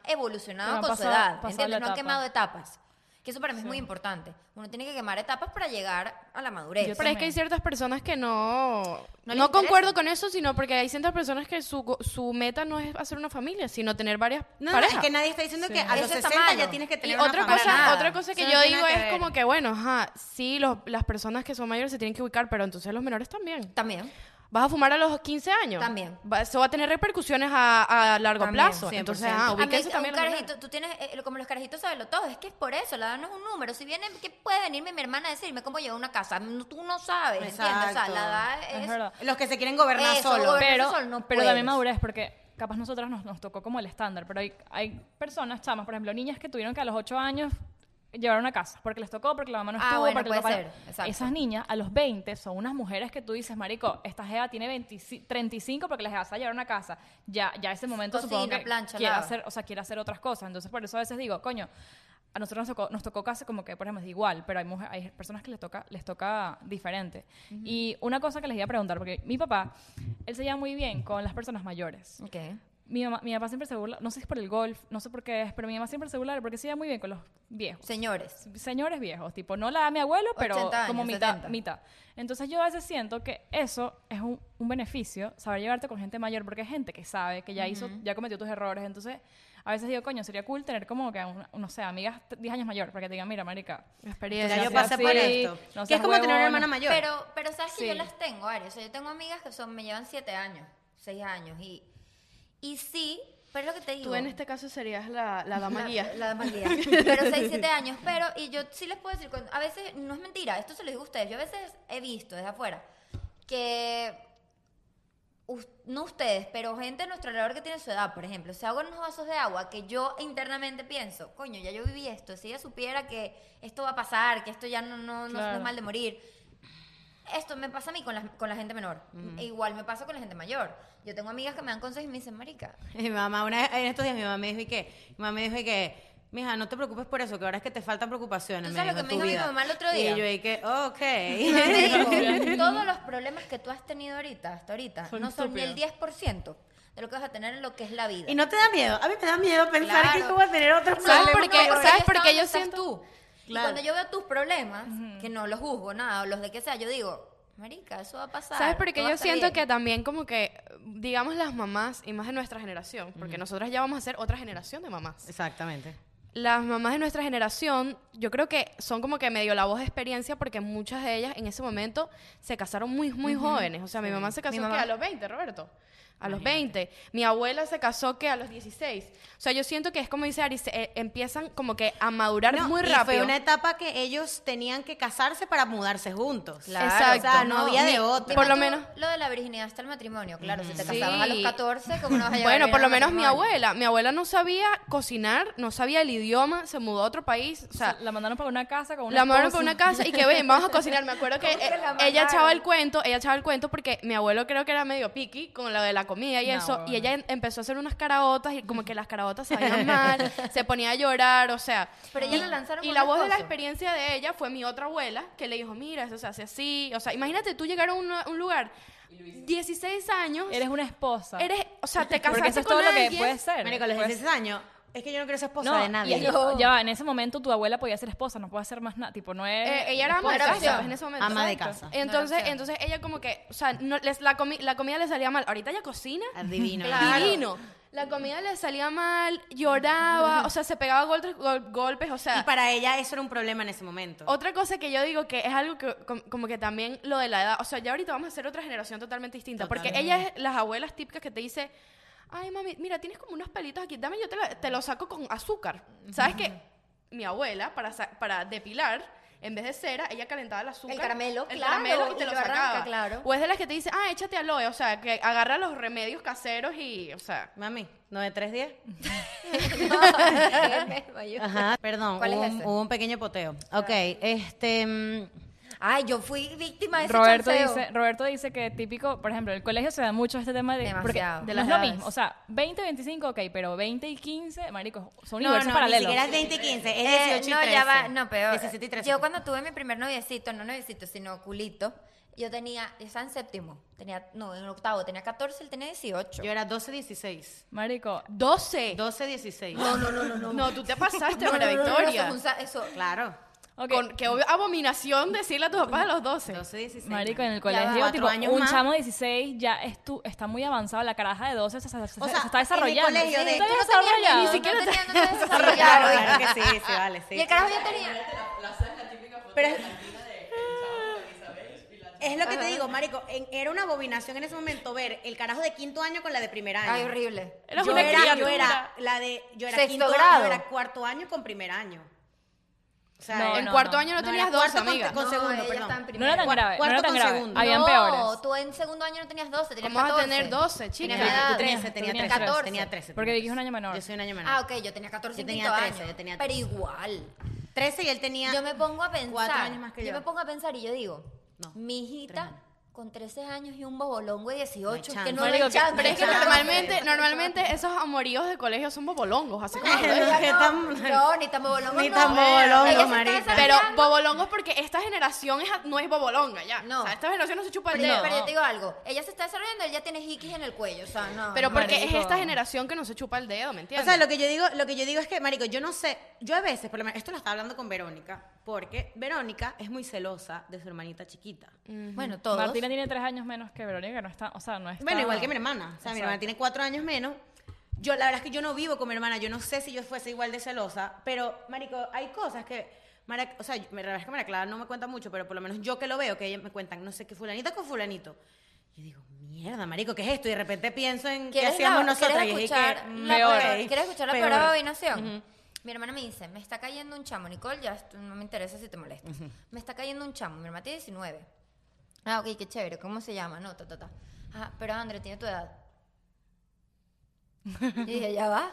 [SPEAKER 3] Que
[SPEAKER 4] evolucionado
[SPEAKER 3] no han
[SPEAKER 4] con su
[SPEAKER 3] pasado-
[SPEAKER 4] edad,
[SPEAKER 3] pasado
[SPEAKER 4] ¿entiendes?
[SPEAKER 3] la
[SPEAKER 4] No han
[SPEAKER 3] etapa.
[SPEAKER 4] quemado etapas. Que eso para mí es muy importante. Uno tiene que quemar etapas para llegar a la madurez.
[SPEAKER 3] Yo
[SPEAKER 2] Pero es que hay ciertas personas que no...
[SPEAKER 4] No
[SPEAKER 2] No,
[SPEAKER 4] les interesa.
[SPEAKER 2] concuerdo con eso, sino porque hay ciertas personas que su, go- su meta no es hacer una familia, sino tener varias
[SPEAKER 1] No, no,
[SPEAKER 2] parejas.
[SPEAKER 1] es que nadie está diciendo que a
[SPEAKER 4] Eso
[SPEAKER 1] los
[SPEAKER 4] está
[SPEAKER 1] 60
[SPEAKER 4] malo.
[SPEAKER 1] ya tienes que
[SPEAKER 2] Y
[SPEAKER 1] tener una
[SPEAKER 2] otra
[SPEAKER 1] familia.
[SPEAKER 4] para nada.
[SPEAKER 2] cosa, otra cosa que
[SPEAKER 1] Eso no
[SPEAKER 2] yo
[SPEAKER 1] tiene
[SPEAKER 2] digo
[SPEAKER 1] nada que
[SPEAKER 2] es
[SPEAKER 1] ver.
[SPEAKER 2] como que, bueno, ajá, sí, los- las personas que son mayores se tienen que ubicar, pero entonces los menores también.
[SPEAKER 4] También.
[SPEAKER 2] ¿Vas a fumar a los 15 años?
[SPEAKER 4] También.
[SPEAKER 2] Va- eso va a tener repercusiones a, a largo
[SPEAKER 1] También,
[SPEAKER 2] plazo.
[SPEAKER 1] 100%.
[SPEAKER 2] Entonces,
[SPEAKER 1] A
[SPEAKER 2] ah,
[SPEAKER 4] A mí,
[SPEAKER 2] ubíquense
[SPEAKER 4] un
[SPEAKER 2] también los menores.
[SPEAKER 4] carajito, tú tienes, eh, lo- como los carajitos saben todo, es que es por eso, la edad no es un número. Si viene, ¿qué puede venirme mi hermana a decirme cómo llevo una casa? No, Tú no sabes, ¿entiendes? O sea,
[SPEAKER 1] Exacto.
[SPEAKER 4] la edad
[SPEAKER 3] Es
[SPEAKER 4] es...
[SPEAKER 3] verdad.
[SPEAKER 1] Los que se quieren gobernar
[SPEAKER 4] Eso,
[SPEAKER 1] solos.
[SPEAKER 4] gobernar.
[SPEAKER 3] pero,
[SPEAKER 4] Profesor, no
[SPEAKER 3] pero también
[SPEAKER 4] puedes.
[SPEAKER 3] madurez, porque capaz nosotras nos, nos tocó como el estándar, pero hay, hay personas, chamas, por ejemplo, niñas que tuvieron que a los 8 años llevar una casa, porque les tocó, porque la mamá no
[SPEAKER 4] Ah,
[SPEAKER 3] estuvo,
[SPEAKER 4] bueno,
[SPEAKER 3] porque el
[SPEAKER 4] puede
[SPEAKER 3] papá no-
[SPEAKER 4] ser, exacto.
[SPEAKER 3] Esas niñas a los 20 son unas mujeres que tú dices, marico, esta jeva tiene 25 35 porque les vas a llevar una casa. Ya, ya ese momento
[SPEAKER 4] Cocina,
[SPEAKER 3] supongo que
[SPEAKER 4] plancha,
[SPEAKER 3] quiere
[SPEAKER 4] lava.
[SPEAKER 3] hacer, o sea, quiere hacer otras cosas. Entonces, por eso a veces digo, coño, a nosotros nos tocó, nos tocó casi como que, por ejemplo, es igual, pero hay, mujer- hay personas que les toca, les toca diferente. Y una cosa que les iba a preguntar, porque mi papá, él se lleva muy bien con las personas mayores.
[SPEAKER 4] Ok.
[SPEAKER 3] Mi, mamá, mi papá siempre se burla, no sé si es por el golf, no sé por qué es, pero mi mamá siempre se burla porque se lleva muy bien con los viejos
[SPEAKER 4] Señores,
[SPEAKER 3] señores viejos, tipo, no la da mi abuelo, pero
[SPEAKER 4] 80 años,
[SPEAKER 3] como mitad,
[SPEAKER 4] 70.
[SPEAKER 3] mitad. Entonces yo a veces siento que eso es un, un beneficio, saber llevarte con gente mayor, porque hay gente que sabe, que ya hizo, ya cometió tus errores, entonces a veces digo, coño, sería cool tener como que, un- no sé, amigas t- 10 años mayor, para que te digan, mira, marica,
[SPEAKER 2] Experiencia.
[SPEAKER 1] Ya yo
[SPEAKER 3] seas
[SPEAKER 1] pasé por
[SPEAKER 3] así,
[SPEAKER 1] esto.
[SPEAKER 3] no
[SPEAKER 1] que es
[SPEAKER 3] seas
[SPEAKER 1] como tener una
[SPEAKER 3] huevona.
[SPEAKER 1] hermana mayor.
[SPEAKER 4] pero, pero sabes que
[SPEAKER 3] Sí.
[SPEAKER 4] yo las tengo, Ari. O sea, yo tengo amigas que son, me llevan siete años, seis años, y, y sí, pero es lo que te digo...
[SPEAKER 2] Tú en este caso serías la, la dama
[SPEAKER 4] La-
[SPEAKER 2] guía.
[SPEAKER 4] La dama guía. Pero 6, 7 años. Pero, y yo sí les puedo decir, cuando- a veces, no es mentira, esto se les digo a ustedes. Yo a veces he visto desde afuera que, us- no ustedes, pero gente de nuestro alrededor que tiene su edad, por ejemplo, se ahogan unos vasos de agua que yo internamente pienso, coño, ya yo viví esto. Si ella supiera que esto va a pasar, que esto ya no, no, no- no
[SPEAKER 3] Claro.
[SPEAKER 4] es mal de morir. Esto me pasa a mí con la, con la gente menor. E Igual me pasa con la gente mayor. Yo tengo amigas que me dan consejos y me dicen, marica,
[SPEAKER 1] Mi mamá, una vez, en estos días mi mamá me dijo y que, mi mamá me dijo y que, mija, no te preocupes por eso, que ahora es que te faltan preocupaciones.
[SPEAKER 4] ¿Tú sabes lo
[SPEAKER 1] dijo,
[SPEAKER 4] que
[SPEAKER 1] "en
[SPEAKER 4] me
[SPEAKER 1] tu
[SPEAKER 4] dijo mi
[SPEAKER 1] vida".
[SPEAKER 4] mamá el otro día?
[SPEAKER 1] Y yo y que, ok.
[SPEAKER 4] Me dijo, todos los problemas que tú has tenido ahorita, hasta ahorita,
[SPEAKER 3] Son
[SPEAKER 4] no son ni el
[SPEAKER 3] estúpidos.
[SPEAKER 4] 10% de lo que vas a tener en lo que es la vida.
[SPEAKER 1] y no te da miedo. A mí me da miedo pensar
[SPEAKER 4] Claro.
[SPEAKER 1] que tú vas a tener otros
[SPEAKER 4] ¿Sabes
[SPEAKER 1] problemas.
[SPEAKER 4] por qué?
[SPEAKER 2] porque-
[SPEAKER 4] ¿Sabes
[SPEAKER 2] ¿sabes
[SPEAKER 4] por
[SPEAKER 2] por qué
[SPEAKER 4] yo
[SPEAKER 2] yo
[SPEAKER 4] siento?
[SPEAKER 2] siento?
[SPEAKER 4] Tú. Y
[SPEAKER 1] Claro.
[SPEAKER 4] cuando yo veo tus problemas, que no los juzgo nada, o los de que sea, yo digo, marica, eso va a pasar.
[SPEAKER 2] ¿Sabes? Porque
[SPEAKER 4] todo va a
[SPEAKER 2] yo
[SPEAKER 4] estar
[SPEAKER 2] siento
[SPEAKER 4] bien".
[SPEAKER 2] que también como que, digamos las mamás, y más de nuestra generación, porque nosotras ya vamos a ser otra generación de mamás.
[SPEAKER 1] Exactamente.
[SPEAKER 2] Las mamás de nuestra generación, yo creo que son como que medio la voz de experiencia porque muchas de ellas en ese momento se casaron muy, muy jóvenes. O sea, mi mamá se casó
[SPEAKER 4] Mi mamá-
[SPEAKER 2] ¿qué? a los 20, Roberto. A los 20. Mi abuela se casó que a los 16. O sea, yo siento que es como dice Ari, se- eh, empiezan como que a madurar
[SPEAKER 1] No,
[SPEAKER 2] muy
[SPEAKER 1] y
[SPEAKER 2] rápido.
[SPEAKER 1] fue una etapa que ellos tenían que casarse para mudarse juntos.
[SPEAKER 4] Claro.
[SPEAKER 1] O sea, no,
[SPEAKER 2] Exacto.
[SPEAKER 1] había de
[SPEAKER 2] Ni-
[SPEAKER 1] otra.
[SPEAKER 2] por lo
[SPEAKER 4] Tú,
[SPEAKER 2] menos-
[SPEAKER 4] Lo de la virginidad hasta el matrimonio, claro, si te
[SPEAKER 2] Sí.
[SPEAKER 4] casabas a los 14, ¿cómo no vas a llevar
[SPEAKER 2] Bueno,
[SPEAKER 4] bien
[SPEAKER 2] por lo
[SPEAKER 4] al
[SPEAKER 2] menos mi
[SPEAKER 4] matrimonio?
[SPEAKER 2] abuela. Mi abuela no sabía cocinar, no sabía el idioma, se mudó a otro país. O sea,
[SPEAKER 3] la mandaron para una casa con una
[SPEAKER 2] la mandaron para
[SPEAKER 3] esposa.
[SPEAKER 2] una casa y que ven, vamos a cocinar. Me acuerdo que
[SPEAKER 4] ¿Cómo que
[SPEAKER 2] eh,
[SPEAKER 4] la
[SPEAKER 2] ella
[SPEAKER 4] mandaron?
[SPEAKER 2] echaba el cuento, ella echaba el cuento porque mi abuelo creo que era medio piqui con lo de la comida y
[SPEAKER 3] No,
[SPEAKER 2] eso.
[SPEAKER 3] bueno.
[SPEAKER 2] Y ella em- empezó a hacer unas caraotas y como que las caraotas sabían mal, se ponía a llorar, o sea.
[SPEAKER 4] Pero ella
[SPEAKER 2] y,
[SPEAKER 4] la lanzaron
[SPEAKER 2] Y
[SPEAKER 4] con
[SPEAKER 2] la
[SPEAKER 4] un
[SPEAKER 2] voz de la
[SPEAKER 4] esposo.
[SPEAKER 2] experiencia de ella fue mi otra abuela que le dijo, mira, eso se hace así. O sea, imagínate tú llegar a un, un lugar, 16 años.
[SPEAKER 3] Eres una esposa.
[SPEAKER 2] Eres, o sea, te casaste
[SPEAKER 3] porque eso es
[SPEAKER 2] con
[SPEAKER 3] todo lo que
[SPEAKER 2] alguien.
[SPEAKER 3] puede ser.
[SPEAKER 1] Marico, a los
[SPEAKER 3] Puede
[SPEAKER 1] 16 años, es que yo no quiero ser esposa
[SPEAKER 3] No,
[SPEAKER 1] de
[SPEAKER 3] y es
[SPEAKER 1] nadie.
[SPEAKER 3] que- ya va, en ese momento tu abuela podía ser esposa, no podía ser más nada, tipo, no es...
[SPEAKER 2] Eh, ella era ama de
[SPEAKER 4] Era
[SPEAKER 2] casa
[SPEAKER 4] opción.
[SPEAKER 2] en ese momento.
[SPEAKER 1] Ama de
[SPEAKER 2] Exacto.
[SPEAKER 1] casa.
[SPEAKER 2] Entonces,
[SPEAKER 4] Era opción.
[SPEAKER 2] entonces ella como que, o sea, no, les, la, comi- la comida le salía mal. Ahorita ella cocina.
[SPEAKER 1] Adivino.
[SPEAKER 4] Claro.
[SPEAKER 2] Divino. La comida le salía mal, lloraba, o sea, se pegaba golpes, gol- golpes o sea,
[SPEAKER 1] Y para ella eso era un problema en ese momento.
[SPEAKER 2] otra cosa que yo digo que es algo que com- como que también lo de la edad, o sea, ya ahorita vamos a ser otra generación totalmente distinta, porque
[SPEAKER 1] Totalmente.
[SPEAKER 2] ellas, las abuelas típicas que te dice, ay mami, mira, tienes como unos pelitos aquí, dame, yo te, la- te lo saco con azúcar. ¿Sabes qué? Mi abuela, para, sa- para depilar, en vez de cera, ella calentaba el azúcar.
[SPEAKER 4] caramelo,
[SPEAKER 2] el
[SPEAKER 4] claro,
[SPEAKER 2] caramelo y te
[SPEAKER 4] y
[SPEAKER 2] lo,
[SPEAKER 4] lo arranca,
[SPEAKER 2] sacaba.
[SPEAKER 4] claro.
[SPEAKER 2] O es de las que te dice, ah, échate aloe, o sea, que agarra los remedios caseros y, o sea,
[SPEAKER 1] Mami, 9310.
[SPEAKER 4] No,
[SPEAKER 1] Ajá, perdón,
[SPEAKER 4] ¿Cuál es
[SPEAKER 1] hubo, un,
[SPEAKER 4] ese? Ah.
[SPEAKER 1] hubo un pequeño poteo. Ok, este. mm,
[SPEAKER 4] Ay, yo fui víctima de ese
[SPEAKER 3] Roberto
[SPEAKER 4] chanceo.
[SPEAKER 3] dice, Roberto dice que típico, por ejemplo, en el colegio se da mucho este tema de...
[SPEAKER 4] Demasiado.
[SPEAKER 3] de
[SPEAKER 2] De
[SPEAKER 3] no
[SPEAKER 2] las
[SPEAKER 3] es lo
[SPEAKER 2] edades.
[SPEAKER 3] mismo, o sea, 20, 25, ok, pero 20 y 15, marico, son
[SPEAKER 1] No, no,
[SPEAKER 3] universos
[SPEAKER 1] ni
[SPEAKER 3] paralelos.
[SPEAKER 1] siquiera es 20 y 15,
[SPEAKER 4] Eh,
[SPEAKER 1] es 18 y
[SPEAKER 4] no,
[SPEAKER 1] 13.
[SPEAKER 4] ya va, no, peor.
[SPEAKER 1] 17 y 13.
[SPEAKER 4] Yo cuando tuve mi primer noviecito, no noviecito, sino culito, yo tenía, yo estaba en séptimo, tenía, no, en octavo, tenía 14, él tenía 18.
[SPEAKER 1] Yo era 12, 16.
[SPEAKER 3] Marico,
[SPEAKER 2] 12.
[SPEAKER 1] 12, 16.
[SPEAKER 2] no, tú te pasaste,
[SPEAKER 4] No, no,
[SPEAKER 2] María
[SPEAKER 4] no, no, no,
[SPEAKER 2] Victoria.
[SPEAKER 4] eso es un sa- eso-
[SPEAKER 1] Claro.
[SPEAKER 3] ok,
[SPEAKER 2] Con, qué obvio- abominación decirle a tus papás a los 12.
[SPEAKER 1] 12, 16.
[SPEAKER 3] marico, en
[SPEAKER 1] Ya va,
[SPEAKER 3] el colegio,
[SPEAKER 1] cuatro
[SPEAKER 3] tipo,
[SPEAKER 1] años
[SPEAKER 3] un
[SPEAKER 1] más.
[SPEAKER 3] chamo de 16 ya es tu- está muy avanzado, la caraja de 12 se, se- se-
[SPEAKER 1] O
[SPEAKER 3] se
[SPEAKER 1] sea, en mi
[SPEAKER 3] está desarrollando.
[SPEAKER 1] colegio
[SPEAKER 3] Sí,
[SPEAKER 1] de-
[SPEAKER 3] está
[SPEAKER 1] tú
[SPEAKER 4] no tenías-
[SPEAKER 3] desarrollado.
[SPEAKER 4] ni
[SPEAKER 3] Sí,
[SPEAKER 4] siquiera
[SPEAKER 2] te-
[SPEAKER 4] tenía, no tenías
[SPEAKER 1] Claro,
[SPEAKER 4] desarrollado,
[SPEAKER 1] claro
[SPEAKER 4] hija.
[SPEAKER 1] que sí, sí, vale, sí.
[SPEAKER 4] Y el carajo yo tenía.
[SPEAKER 1] Pero es... Es lo que te digo, marico, en- era una abominación en ese momento ver el carajo de quinto año con la de primer año.
[SPEAKER 4] Ay, horrible.
[SPEAKER 2] Eras
[SPEAKER 1] yo
[SPEAKER 2] una
[SPEAKER 1] era, yo
[SPEAKER 2] criatura.
[SPEAKER 1] era la de yo era
[SPEAKER 4] Sexto
[SPEAKER 1] quinto
[SPEAKER 4] grado.
[SPEAKER 1] año, yo era cuarto año con primer año. O sea,
[SPEAKER 3] No,
[SPEAKER 1] era-
[SPEAKER 2] En
[SPEAKER 3] no,
[SPEAKER 2] cuarto
[SPEAKER 3] no.
[SPEAKER 2] año no,
[SPEAKER 1] No,
[SPEAKER 2] tenías
[SPEAKER 1] era
[SPEAKER 2] 12,
[SPEAKER 1] cuarto con-
[SPEAKER 2] amiga.
[SPEAKER 1] con- segundo,
[SPEAKER 4] ella
[SPEAKER 1] perdón.
[SPEAKER 4] estaba en
[SPEAKER 3] No era tan
[SPEAKER 4] primera.
[SPEAKER 1] Cuar-
[SPEAKER 3] grave, no
[SPEAKER 1] cuarto
[SPEAKER 3] era tan
[SPEAKER 1] con
[SPEAKER 3] grave.
[SPEAKER 1] segundo.
[SPEAKER 3] Habían
[SPEAKER 4] no,
[SPEAKER 3] peores.
[SPEAKER 4] tú en segundo año no tenías 12, tenías
[SPEAKER 2] ¿Cómo vas a
[SPEAKER 4] 14.
[SPEAKER 2] tener 12, chica?
[SPEAKER 4] Tenías
[SPEAKER 2] Yo
[SPEAKER 4] mi
[SPEAKER 3] tenía
[SPEAKER 4] edad.
[SPEAKER 1] Trece, tenía
[SPEAKER 3] tenías
[SPEAKER 1] 13,
[SPEAKER 4] 14.
[SPEAKER 1] tenía 13.
[SPEAKER 3] Porque Vicky es un año menor.
[SPEAKER 1] Yo soy un año menor.
[SPEAKER 4] Ah, ok, yo tenía 14
[SPEAKER 1] Yo
[SPEAKER 4] y
[SPEAKER 1] tenía
[SPEAKER 4] quinto
[SPEAKER 1] 13,
[SPEAKER 4] año,
[SPEAKER 1] yo tenía
[SPEAKER 4] Pero
[SPEAKER 1] 13.
[SPEAKER 4] igual.
[SPEAKER 1] 13 y él tenía
[SPEAKER 4] Yo me pongo a pensar.
[SPEAKER 1] cuatro años más que yo.
[SPEAKER 4] me pongo a pensar y yo digo,
[SPEAKER 1] No,
[SPEAKER 4] mi
[SPEAKER 1] tres
[SPEAKER 4] hijita
[SPEAKER 1] años.
[SPEAKER 4] con 13 años y un bobolongo de 18,
[SPEAKER 1] chance.
[SPEAKER 4] que no
[SPEAKER 3] Marico,
[SPEAKER 4] hay chance.
[SPEAKER 2] Pero es que
[SPEAKER 1] Chao.
[SPEAKER 2] normalmente, normalmente esos amoríos de colegio son bobolongos, así como...
[SPEAKER 1] Ay,
[SPEAKER 4] Ella
[SPEAKER 1] no, que tan-
[SPEAKER 4] no, ni tan bobolongo.
[SPEAKER 1] Ni
[SPEAKER 4] no.
[SPEAKER 1] tan bobolongo,
[SPEAKER 4] Ella se está
[SPEAKER 1] marica.
[SPEAKER 4] desarrollando.
[SPEAKER 2] Pero bobolongos porque esta generación es a- no es bobolonga ya. O
[SPEAKER 4] No.
[SPEAKER 2] sea, esta generación no se chupa el
[SPEAKER 4] Pero,
[SPEAKER 2] dedo.
[SPEAKER 4] pero yo te digo algo, ella se está desarrollando, ella tiene hikis en el cuello, o sea, no.
[SPEAKER 2] Pero
[SPEAKER 4] no.
[SPEAKER 2] porque
[SPEAKER 3] Marico.
[SPEAKER 2] es esta generación que no se chupa el dedo, ¿me
[SPEAKER 1] O
[SPEAKER 2] entiendes?
[SPEAKER 1] sea, lo que yo digo, lo que yo digo es que, marico, yo no sé, yo a veces, por lo menos, esto lo estaba hablando con Verónica, porque Verónica es muy celosa de su hermanita chiquita.
[SPEAKER 4] bueno, todos.
[SPEAKER 3] Martina tiene tres años menos que Verónica, que no está, o sea, no está...
[SPEAKER 1] Bueno, igual que mi hermana. O sea, mi hermana
[SPEAKER 3] Exacto.
[SPEAKER 1] tiene cuatro años menos. Yo, la verdad es que yo no vivo con mi hermana. Yo no sé si yo fuese igual de celosa. Pero, marico, hay cosas que... Mara- o sea, yo- la verdad es que Mara Clara no me cuenta mucho, pero por lo menos yo que lo veo, que ellas me cuentan, no sé qué, fulanita con fulanito. Yo digo, mierda, marico, ¿qué es esto? Y de repente pienso en qué
[SPEAKER 4] ¿Quieres
[SPEAKER 1] hacíamos
[SPEAKER 4] la-
[SPEAKER 1] nosotros.
[SPEAKER 4] ¿Quieres escuchar, la,
[SPEAKER 3] peor.
[SPEAKER 4] peor- ¿quieres escuchar la peor
[SPEAKER 1] Peor.
[SPEAKER 4] abominación? Mi hermana me dice, me está cayendo un chamo, Nicole, ya esto no me interesa si te molestas. Me está cayendo un chamo, mi hermana tiene 19. Ah, ok, qué chévere, ¿cómo se llama? No, ta, ta, ta. Ah, pero André tiene tu edad. y dije, ya va,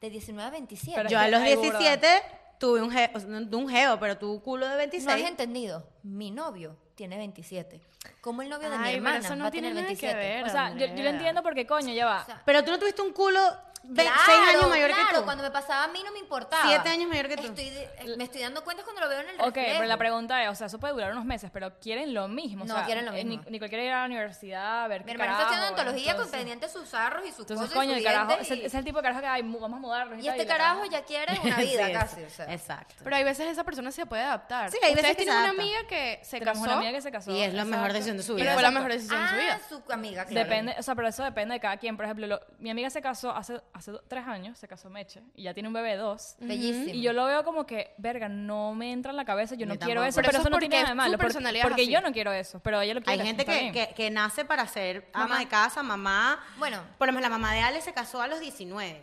[SPEAKER 4] de 19 a 27.
[SPEAKER 3] Pero-
[SPEAKER 1] Yo a los
[SPEAKER 3] Ay, burda.
[SPEAKER 1] 17 tuve un geo, o sea, no no un geo, pero tuve un culo de 26.
[SPEAKER 4] no has entendido, mi novio tiene 27. ¿Cómo el novio de mi
[SPEAKER 2] Ay, pero
[SPEAKER 4] hermana
[SPEAKER 2] eso no
[SPEAKER 4] va a
[SPEAKER 2] tiene
[SPEAKER 4] tener
[SPEAKER 2] nada que
[SPEAKER 4] 27?
[SPEAKER 2] ver.
[SPEAKER 3] O sea, yo, yo lo
[SPEAKER 2] Andrea.
[SPEAKER 3] entiendo porque coño, ya va.
[SPEAKER 4] O sea,
[SPEAKER 1] Pero tú no tuviste un culo 6
[SPEAKER 4] Claro,
[SPEAKER 1] años mayor que
[SPEAKER 4] claro,
[SPEAKER 1] tú.
[SPEAKER 4] cuando me pasaba a mí no me importaba.
[SPEAKER 1] Siete años mayor que tú.
[SPEAKER 4] Estoy de- eh, me estoy dando cuenta cuando lo veo en el
[SPEAKER 3] Ok,
[SPEAKER 4] reflejo.
[SPEAKER 3] pero la pregunta es, o sea, eso puede durar unos meses, pero quieren lo mismo. o
[SPEAKER 4] No,
[SPEAKER 3] sea,
[SPEAKER 4] quieren lo
[SPEAKER 3] eh,
[SPEAKER 4] mismo.
[SPEAKER 3] Ni, Nicole quiere ir a la universidad, a ver
[SPEAKER 4] Mi
[SPEAKER 3] qué
[SPEAKER 4] hermana está
[SPEAKER 3] carajo,
[SPEAKER 4] haciendo antología con
[SPEAKER 3] entonces-
[SPEAKER 4] pendientes sus zarros y sus
[SPEAKER 3] Entonces,
[SPEAKER 4] cosas
[SPEAKER 3] coño,
[SPEAKER 4] y
[SPEAKER 3] el
[SPEAKER 4] su
[SPEAKER 3] carajo,
[SPEAKER 4] diente
[SPEAKER 3] es, el,
[SPEAKER 4] y-
[SPEAKER 3] es el tipo de carajo que, ay, mu- vamos a mudarnos.
[SPEAKER 4] y
[SPEAKER 3] tal,
[SPEAKER 4] este
[SPEAKER 3] la
[SPEAKER 4] carajo ya quiere una
[SPEAKER 1] Sí,
[SPEAKER 4] vida
[SPEAKER 1] es-
[SPEAKER 4] casi, o sea.
[SPEAKER 1] Exacto.
[SPEAKER 2] Pero hay veces esa persona se puede adaptar.
[SPEAKER 1] Sí, hay veces
[SPEAKER 2] Ustedes
[SPEAKER 1] que se
[SPEAKER 2] tienen una
[SPEAKER 1] adapta.
[SPEAKER 2] amiga que se
[SPEAKER 3] Tenemos
[SPEAKER 2] casó
[SPEAKER 3] una amiga que se casó.
[SPEAKER 1] Y es la mejor
[SPEAKER 3] exacto.
[SPEAKER 1] decisión de su
[SPEAKER 2] y
[SPEAKER 1] vida.
[SPEAKER 2] fue la mejor decisión de su vida.
[SPEAKER 4] Ah, su amiga, claro.
[SPEAKER 3] Depende, o sea, pero eso depende de cada quien. Por ejemplo, lo- mi amiga se casó hace, hace do- tres años, se casó Meche, y ya tiene un bebé de dos.
[SPEAKER 4] Bellísimo.
[SPEAKER 3] Y yo lo veo como que, verga, no me entra en la cabeza, yo
[SPEAKER 1] Ni
[SPEAKER 3] no quiero
[SPEAKER 1] tampoco.
[SPEAKER 3] eso,
[SPEAKER 2] Pero
[SPEAKER 3] pero
[SPEAKER 2] eso
[SPEAKER 3] eso
[SPEAKER 2] es
[SPEAKER 3] no tiene
[SPEAKER 2] porque
[SPEAKER 3] nada de malo.
[SPEAKER 2] su
[SPEAKER 3] porque-
[SPEAKER 2] personalidad es
[SPEAKER 3] Porque
[SPEAKER 2] así.
[SPEAKER 3] yo no quiero eso, pero ella lo
[SPEAKER 1] Hay
[SPEAKER 3] quiere.
[SPEAKER 1] gente
[SPEAKER 3] está
[SPEAKER 1] que,
[SPEAKER 3] bien.
[SPEAKER 1] que- que nace para ser ama
[SPEAKER 4] Mamá.
[SPEAKER 1] de casa, mamá.
[SPEAKER 4] Bueno.
[SPEAKER 1] Por lo menos la mamá de Ale se casó a los 19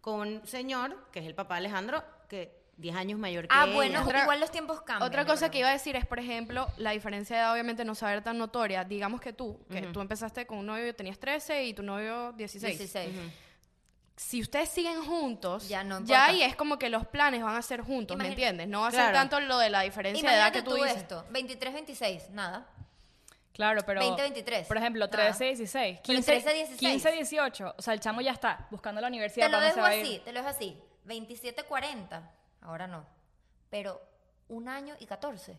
[SPEAKER 1] con un señor, que es el papá de Alejandro, que 10 años mayor que
[SPEAKER 4] Ah,
[SPEAKER 1] ella.
[SPEAKER 4] bueno,
[SPEAKER 2] Otra-
[SPEAKER 4] igual los tiempos cambian.
[SPEAKER 2] Otra
[SPEAKER 4] yo
[SPEAKER 2] cosa
[SPEAKER 4] creo.
[SPEAKER 2] que iba a decir es, por ejemplo, la diferencia de edad obviamente no saber tan notoria. Digamos que tú, que tú empezaste con un novio, tenías 13 y tu novio 16.
[SPEAKER 4] 16.
[SPEAKER 2] Si ustedes siguen juntos,
[SPEAKER 4] Ya
[SPEAKER 2] ya,
[SPEAKER 4] no importa.
[SPEAKER 2] ahí es como que los planes van a ser juntos,
[SPEAKER 4] Imagina-
[SPEAKER 2] ¿me entiendes? No va a ser
[SPEAKER 1] Claro.
[SPEAKER 2] tanto lo de la diferencia de edad
[SPEAKER 4] Imagínate
[SPEAKER 2] que
[SPEAKER 4] tú,
[SPEAKER 2] tú dices.
[SPEAKER 4] esto, 23, 26, nada.
[SPEAKER 3] Claro, pero.
[SPEAKER 4] 20, 23.
[SPEAKER 3] Por ejemplo,
[SPEAKER 4] Nada.
[SPEAKER 3] 13, 16.
[SPEAKER 4] Pero
[SPEAKER 3] 15,
[SPEAKER 4] 13, 16.
[SPEAKER 3] 15, 18. O sea, el chamo ya está buscando la universidad
[SPEAKER 4] Te lo
[SPEAKER 3] para dónde
[SPEAKER 4] dejo
[SPEAKER 3] se va a ir.
[SPEAKER 4] así, te lo dejo así. 27, 40, ahora no. Pero un año y 14.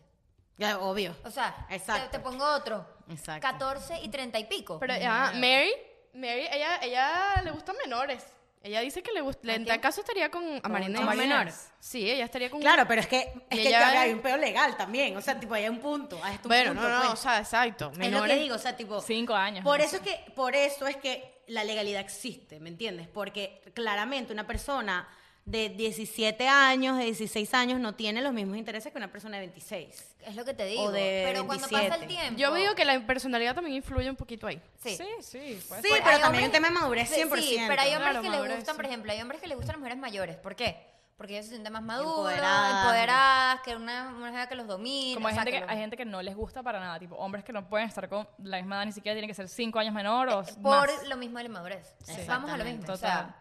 [SPEAKER 1] Ya, obvio.
[SPEAKER 4] O sea, te-
[SPEAKER 1] Exacto.
[SPEAKER 4] Te, pongo otro.
[SPEAKER 1] Exacto. Mm.
[SPEAKER 4] 14 y 30 y pico.
[SPEAKER 2] Pero ya,
[SPEAKER 3] ah,
[SPEAKER 2] Mary, Mary, ella, ella le gustan menores. Ella dice que le gusta, en
[SPEAKER 4] quién?
[SPEAKER 2] tal caso estaría con a Marina
[SPEAKER 3] un
[SPEAKER 2] Díaz.
[SPEAKER 3] menor.
[SPEAKER 2] Menor. Sí, ella estaría con
[SPEAKER 1] Claro, pero es que, es
[SPEAKER 2] Y
[SPEAKER 1] que
[SPEAKER 2] ella-
[SPEAKER 1] ya hay un peo legal también. O sea, tipo, ahí hay un punto. ahí está un
[SPEAKER 2] Bueno,
[SPEAKER 1] punto,
[SPEAKER 2] no, no,
[SPEAKER 1] pues.
[SPEAKER 2] o sea, exacto. Menores.
[SPEAKER 1] Es lo que digo, o sea, tipo...
[SPEAKER 3] Cinco años,
[SPEAKER 1] Por
[SPEAKER 3] no
[SPEAKER 1] eso, es que, por eso es que la legalidad existe, ¿me entiendes? Porque claramente una persona de 17 años, de 16 años, no tiene los mismos intereses que una persona de 26.
[SPEAKER 4] Es lo que te digo.
[SPEAKER 1] O de
[SPEAKER 4] pero cuando pasa el
[SPEAKER 1] 27.
[SPEAKER 4] tiempo.
[SPEAKER 2] Yo veo que la personalidad también influye un poquito ahí.
[SPEAKER 4] Sí.
[SPEAKER 3] Sí, sí. pues. puede
[SPEAKER 1] Sí,
[SPEAKER 3] ser.
[SPEAKER 1] Pues, pero
[SPEAKER 4] hay
[SPEAKER 1] también hay un
[SPEAKER 4] hombres-
[SPEAKER 1] tema de madurez
[SPEAKER 4] Sí,
[SPEAKER 1] 100%.
[SPEAKER 4] Sí, pero hay hombres
[SPEAKER 2] Claro,
[SPEAKER 4] que les
[SPEAKER 2] madurez,
[SPEAKER 4] gustan, por
[SPEAKER 2] sí.
[SPEAKER 4] ejemplo, hay hombres que les gustan las mujeres mayores. ¿Por qué? Porque ellos se sienten más maduros, empoderadas,
[SPEAKER 1] Empoderadas.
[SPEAKER 4] que una mujer que los domina.
[SPEAKER 3] Como hay
[SPEAKER 4] o sea,
[SPEAKER 3] gente, que,
[SPEAKER 4] los-
[SPEAKER 3] hay gente que no les gusta para nada, tipo hombres que no pueden estar con la misma edad, ni siquiera tienen que ser cinco años menor o
[SPEAKER 4] Eh, por
[SPEAKER 3] más.
[SPEAKER 4] lo mismo de la inmadurez. Vamos a lo mismo.
[SPEAKER 3] Exactamente.
[SPEAKER 4] O sea,
[SPEAKER 3] Total.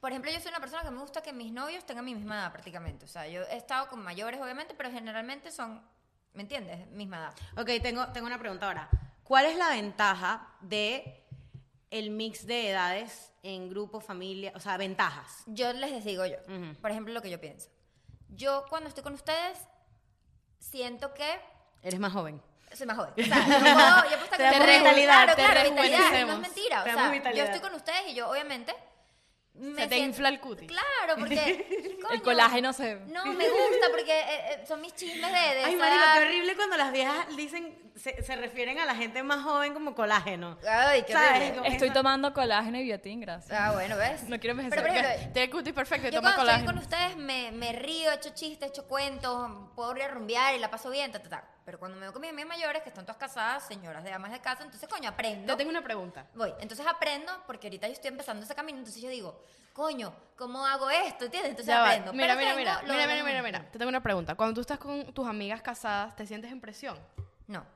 [SPEAKER 4] por ejemplo, yo soy una persona que me gusta que mis novios tengan mi misma edad prácticamente. O sea, yo he estado con mayores, obviamente, pero generalmente son, ¿me entiendes? Misma edad.
[SPEAKER 1] Ok, tengo, tengo una pregunta ahora. ¿Cuál es la ventaja de el mix de edades en grupo, familia? O sea, ventajas.
[SPEAKER 4] Yo les digo yo,
[SPEAKER 1] Ujú.
[SPEAKER 4] por ejemplo, lo que yo pienso. Yo cuando estoy con ustedes, siento que
[SPEAKER 1] Eres más joven.
[SPEAKER 4] soy más joven. O sea, yo puedo, yo puedo estar
[SPEAKER 1] Te
[SPEAKER 4] con
[SPEAKER 1] damos
[SPEAKER 4] ustedes.
[SPEAKER 1] vitalidad,
[SPEAKER 4] Claro,
[SPEAKER 2] te
[SPEAKER 4] claro, vitalidad. No es
[SPEAKER 2] rejuvenecemos.
[SPEAKER 4] mentira. O
[SPEAKER 1] Te
[SPEAKER 4] sea,
[SPEAKER 1] damos
[SPEAKER 4] yo
[SPEAKER 1] vitalidad.
[SPEAKER 4] estoy con ustedes y yo, obviamente. me
[SPEAKER 2] te infla el cutis.
[SPEAKER 4] Claro, porque. coño,
[SPEAKER 3] El colágeno se...
[SPEAKER 4] No, me gusta porque eh, eh, son mis chismes de. de
[SPEAKER 1] Ay,
[SPEAKER 4] esa
[SPEAKER 1] marico,
[SPEAKER 4] edad.
[SPEAKER 1] qué horrible cuando las viejas dicen, se, se refieren a la gente más joven como colágeno.
[SPEAKER 4] Ay, qué
[SPEAKER 1] ¿Sabes?
[SPEAKER 4] horrible.
[SPEAKER 1] Como
[SPEAKER 3] Estoy
[SPEAKER 1] esa-
[SPEAKER 3] tomando colágeno y biotín, gracias.
[SPEAKER 4] Ah, bueno, ¿ves?
[SPEAKER 3] No quiero
[SPEAKER 4] Pero,
[SPEAKER 3] envejecer.
[SPEAKER 4] por ejemplo,
[SPEAKER 2] Tiene el cutis perfecto y
[SPEAKER 4] Yo
[SPEAKER 2] toma
[SPEAKER 4] cuando estoy con
[SPEAKER 2] colágeno.
[SPEAKER 4] ustedes me, me río, echo chistes, echo cuentos, puedo ir a rumbear y la paso bien, ta, ta, ta. Pero cuando me veo con mis amigas mayores, que están todas casadas, señoras de amas de casa, entonces, coño, aprendo.
[SPEAKER 2] Yo tengo una pregunta.
[SPEAKER 4] Voy, entonces aprendo, porque ahorita yo estoy empezando ese camino, entonces yo digo, coño, ¿cómo hago esto? ¿Entiendes? Entonces
[SPEAKER 2] Ya va,
[SPEAKER 4] aprendo.
[SPEAKER 2] Mira,
[SPEAKER 4] Pero
[SPEAKER 2] mira,
[SPEAKER 4] tengo
[SPEAKER 2] mira,
[SPEAKER 4] lo
[SPEAKER 2] mira,
[SPEAKER 4] de-
[SPEAKER 2] mira, mira, mira. Te tengo una pregunta. Cuando tú estás con tus amigas casadas, ¿te sientes en presión?
[SPEAKER 4] No.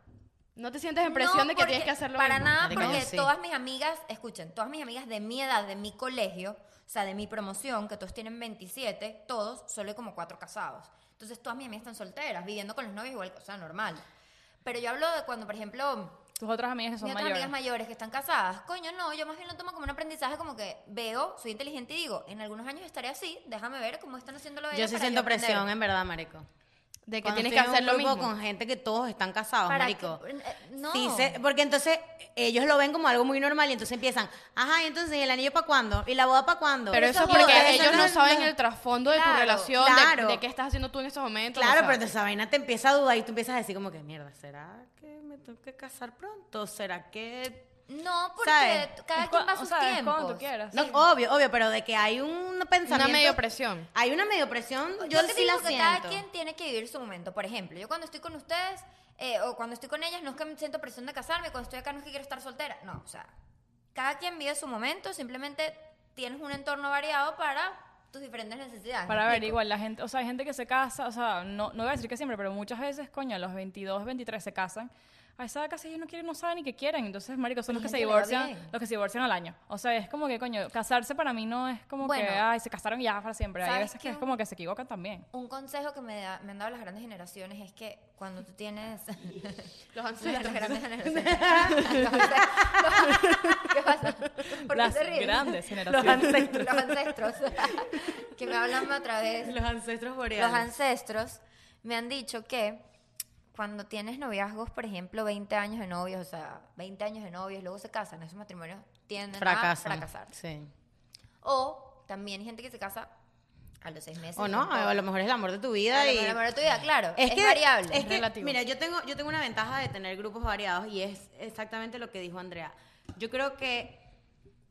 [SPEAKER 2] ¿No te sientes en presión
[SPEAKER 4] No,
[SPEAKER 2] de que
[SPEAKER 4] porque-
[SPEAKER 2] tienes que hacerlo
[SPEAKER 4] Para nada,
[SPEAKER 1] Marica,
[SPEAKER 4] porque
[SPEAKER 1] no, sí.
[SPEAKER 4] todas mis amigas, escuchen, todas mis amigas de mi edad, de mi colegio, o sea, de mi promoción, que todos tienen 27, todos, solo hay como cuatro casados. Entonces todas mis amigas están solteras, viviendo con los novios igual, o sea, normal. Pero yo hablo de cuando, por ejemplo,
[SPEAKER 3] Tus otras amigas que
[SPEAKER 4] mis
[SPEAKER 3] son
[SPEAKER 4] otras
[SPEAKER 3] mayores.
[SPEAKER 4] amigas mayores que están casadas, coño, no, yo más bien lo tomo como un aprendizaje, como que veo, soy inteligente y digo, en algunos años estaré así, déjame ver cómo están haciendo lo de
[SPEAKER 1] Yo sí siento presión, en verdad, marico.
[SPEAKER 2] de que
[SPEAKER 1] Cuando
[SPEAKER 2] tienes que
[SPEAKER 1] estoy en un
[SPEAKER 2] hacer lo
[SPEAKER 1] grupo
[SPEAKER 2] mismo.
[SPEAKER 1] con gente que todos están casados,
[SPEAKER 4] Para
[SPEAKER 1] marico.
[SPEAKER 4] que- eh, no.
[SPEAKER 1] Sí, se- porque entonces ellos lo ven como algo muy normal y entonces empiezan, ajá, y entonces el anillo para cuándo y la boda para cuándo.
[SPEAKER 2] Pero eso
[SPEAKER 4] eso
[SPEAKER 2] es
[SPEAKER 4] es
[SPEAKER 2] porque
[SPEAKER 4] boda,
[SPEAKER 2] ellos
[SPEAKER 4] eso
[SPEAKER 2] no
[SPEAKER 4] es-
[SPEAKER 2] saben el trasfondo de tu
[SPEAKER 4] Claro,
[SPEAKER 2] relación,
[SPEAKER 1] claro.
[SPEAKER 2] de, de qué estás haciendo tú en estos momentos. o
[SPEAKER 1] Claro,
[SPEAKER 2] sea.
[SPEAKER 1] pero entonces esa vaina te empieza a dudar y tú empiezas a decir como que mierda, ¿será que me tengo que casar pronto? ¿Será que...?
[SPEAKER 4] No, porque
[SPEAKER 1] ¿Sabes?
[SPEAKER 4] cada
[SPEAKER 3] Es
[SPEAKER 4] quien
[SPEAKER 3] cua-
[SPEAKER 4] va a
[SPEAKER 3] o
[SPEAKER 4] sus
[SPEAKER 3] sea, es
[SPEAKER 4] tiempos.
[SPEAKER 3] cuando tú quieras.
[SPEAKER 1] No, obvio, obvio, pero de que hay un pensamiento...
[SPEAKER 2] Una medio presión.
[SPEAKER 1] Hay una medio presión, yo
[SPEAKER 4] yo te
[SPEAKER 1] sí
[SPEAKER 4] digo
[SPEAKER 1] la
[SPEAKER 4] que
[SPEAKER 1] siento.
[SPEAKER 4] cada quien tiene que vivir su momento. Por ejemplo, yo cuando estoy con ustedes eh, o cuando estoy con ellas no es que me siento presión de casarme, cuando estoy acá no es que quiero estar soltera. No, o sea, cada quien vive su momento, simplemente tienes un entorno variado para tus diferentes necesidades. ¿me
[SPEAKER 3] Para ver,
[SPEAKER 4] explico?
[SPEAKER 3] igual, la gente, o sea, hay gente que se casa, o sea, no, no voy a decir que siempre, pero muchas veces, coño, a los 22, 23 se casan. A esa edad casi ellos no quieren, no saben ni qué quieren. Entonces, marico, son
[SPEAKER 4] Hay
[SPEAKER 2] Pues
[SPEAKER 3] los que se
[SPEAKER 4] gente que le va
[SPEAKER 3] divorcian,
[SPEAKER 4] bien.
[SPEAKER 3] los que se divorcian al año. O sea, es como que, coño, casarse para mí no es como
[SPEAKER 4] Bueno.
[SPEAKER 3] que, ay, se casaron y ya para siempre. Hay
[SPEAKER 4] ¿Sabes
[SPEAKER 3] veces que
[SPEAKER 4] qué?
[SPEAKER 3] es como que se equivocan también.
[SPEAKER 4] Un consejo que me, da- me han dado las grandes generaciones es que cuando tú tienes...
[SPEAKER 2] Los
[SPEAKER 4] las
[SPEAKER 2] ancestros.
[SPEAKER 4] grandes generaciones. ¿Qué pasa? ¿Por qué
[SPEAKER 3] Las
[SPEAKER 4] se ríen?
[SPEAKER 3] grandes
[SPEAKER 1] Los
[SPEAKER 3] generaciones.
[SPEAKER 1] ancestros.
[SPEAKER 4] Los ancestros. que me hablan a través
[SPEAKER 1] los ancestros boreales.
[SPEAKER 4] Los ancestros me han dicho que cuando tienes noviazgos, por ejemplo, 20 años de novios, o sea, 20 años de novios, luego se casan, esos matrimonios tienden
[SPEAKER 1] Fracasan.
[SPEAKER 4] a fracasar.
[SPEAKER 1] Sí.
[SPEAKER 4] O también hay gente que se casa a los seis meses.
[SPEAKER 1] O
[SPEAKER 4] un
[SPEAKER 1] no,
[SPEAKER 4] poco.
[SPEAKER 1] o a lo mejor es el amor de tu vida
[SPEAKER 4] A lo
[SPEAKER 1] y...
[SPEAKER 4] mejor el amor de tu vida, claro. Es, variable.
[SPEAKER 1] Es que,
[SPEAKER 2] relativo.
[SPEAKER 1] mira, yo tengo, yo tengo una ventaja de tener grupos variados y es exactamente lo que dijo Andrea. Yo creo que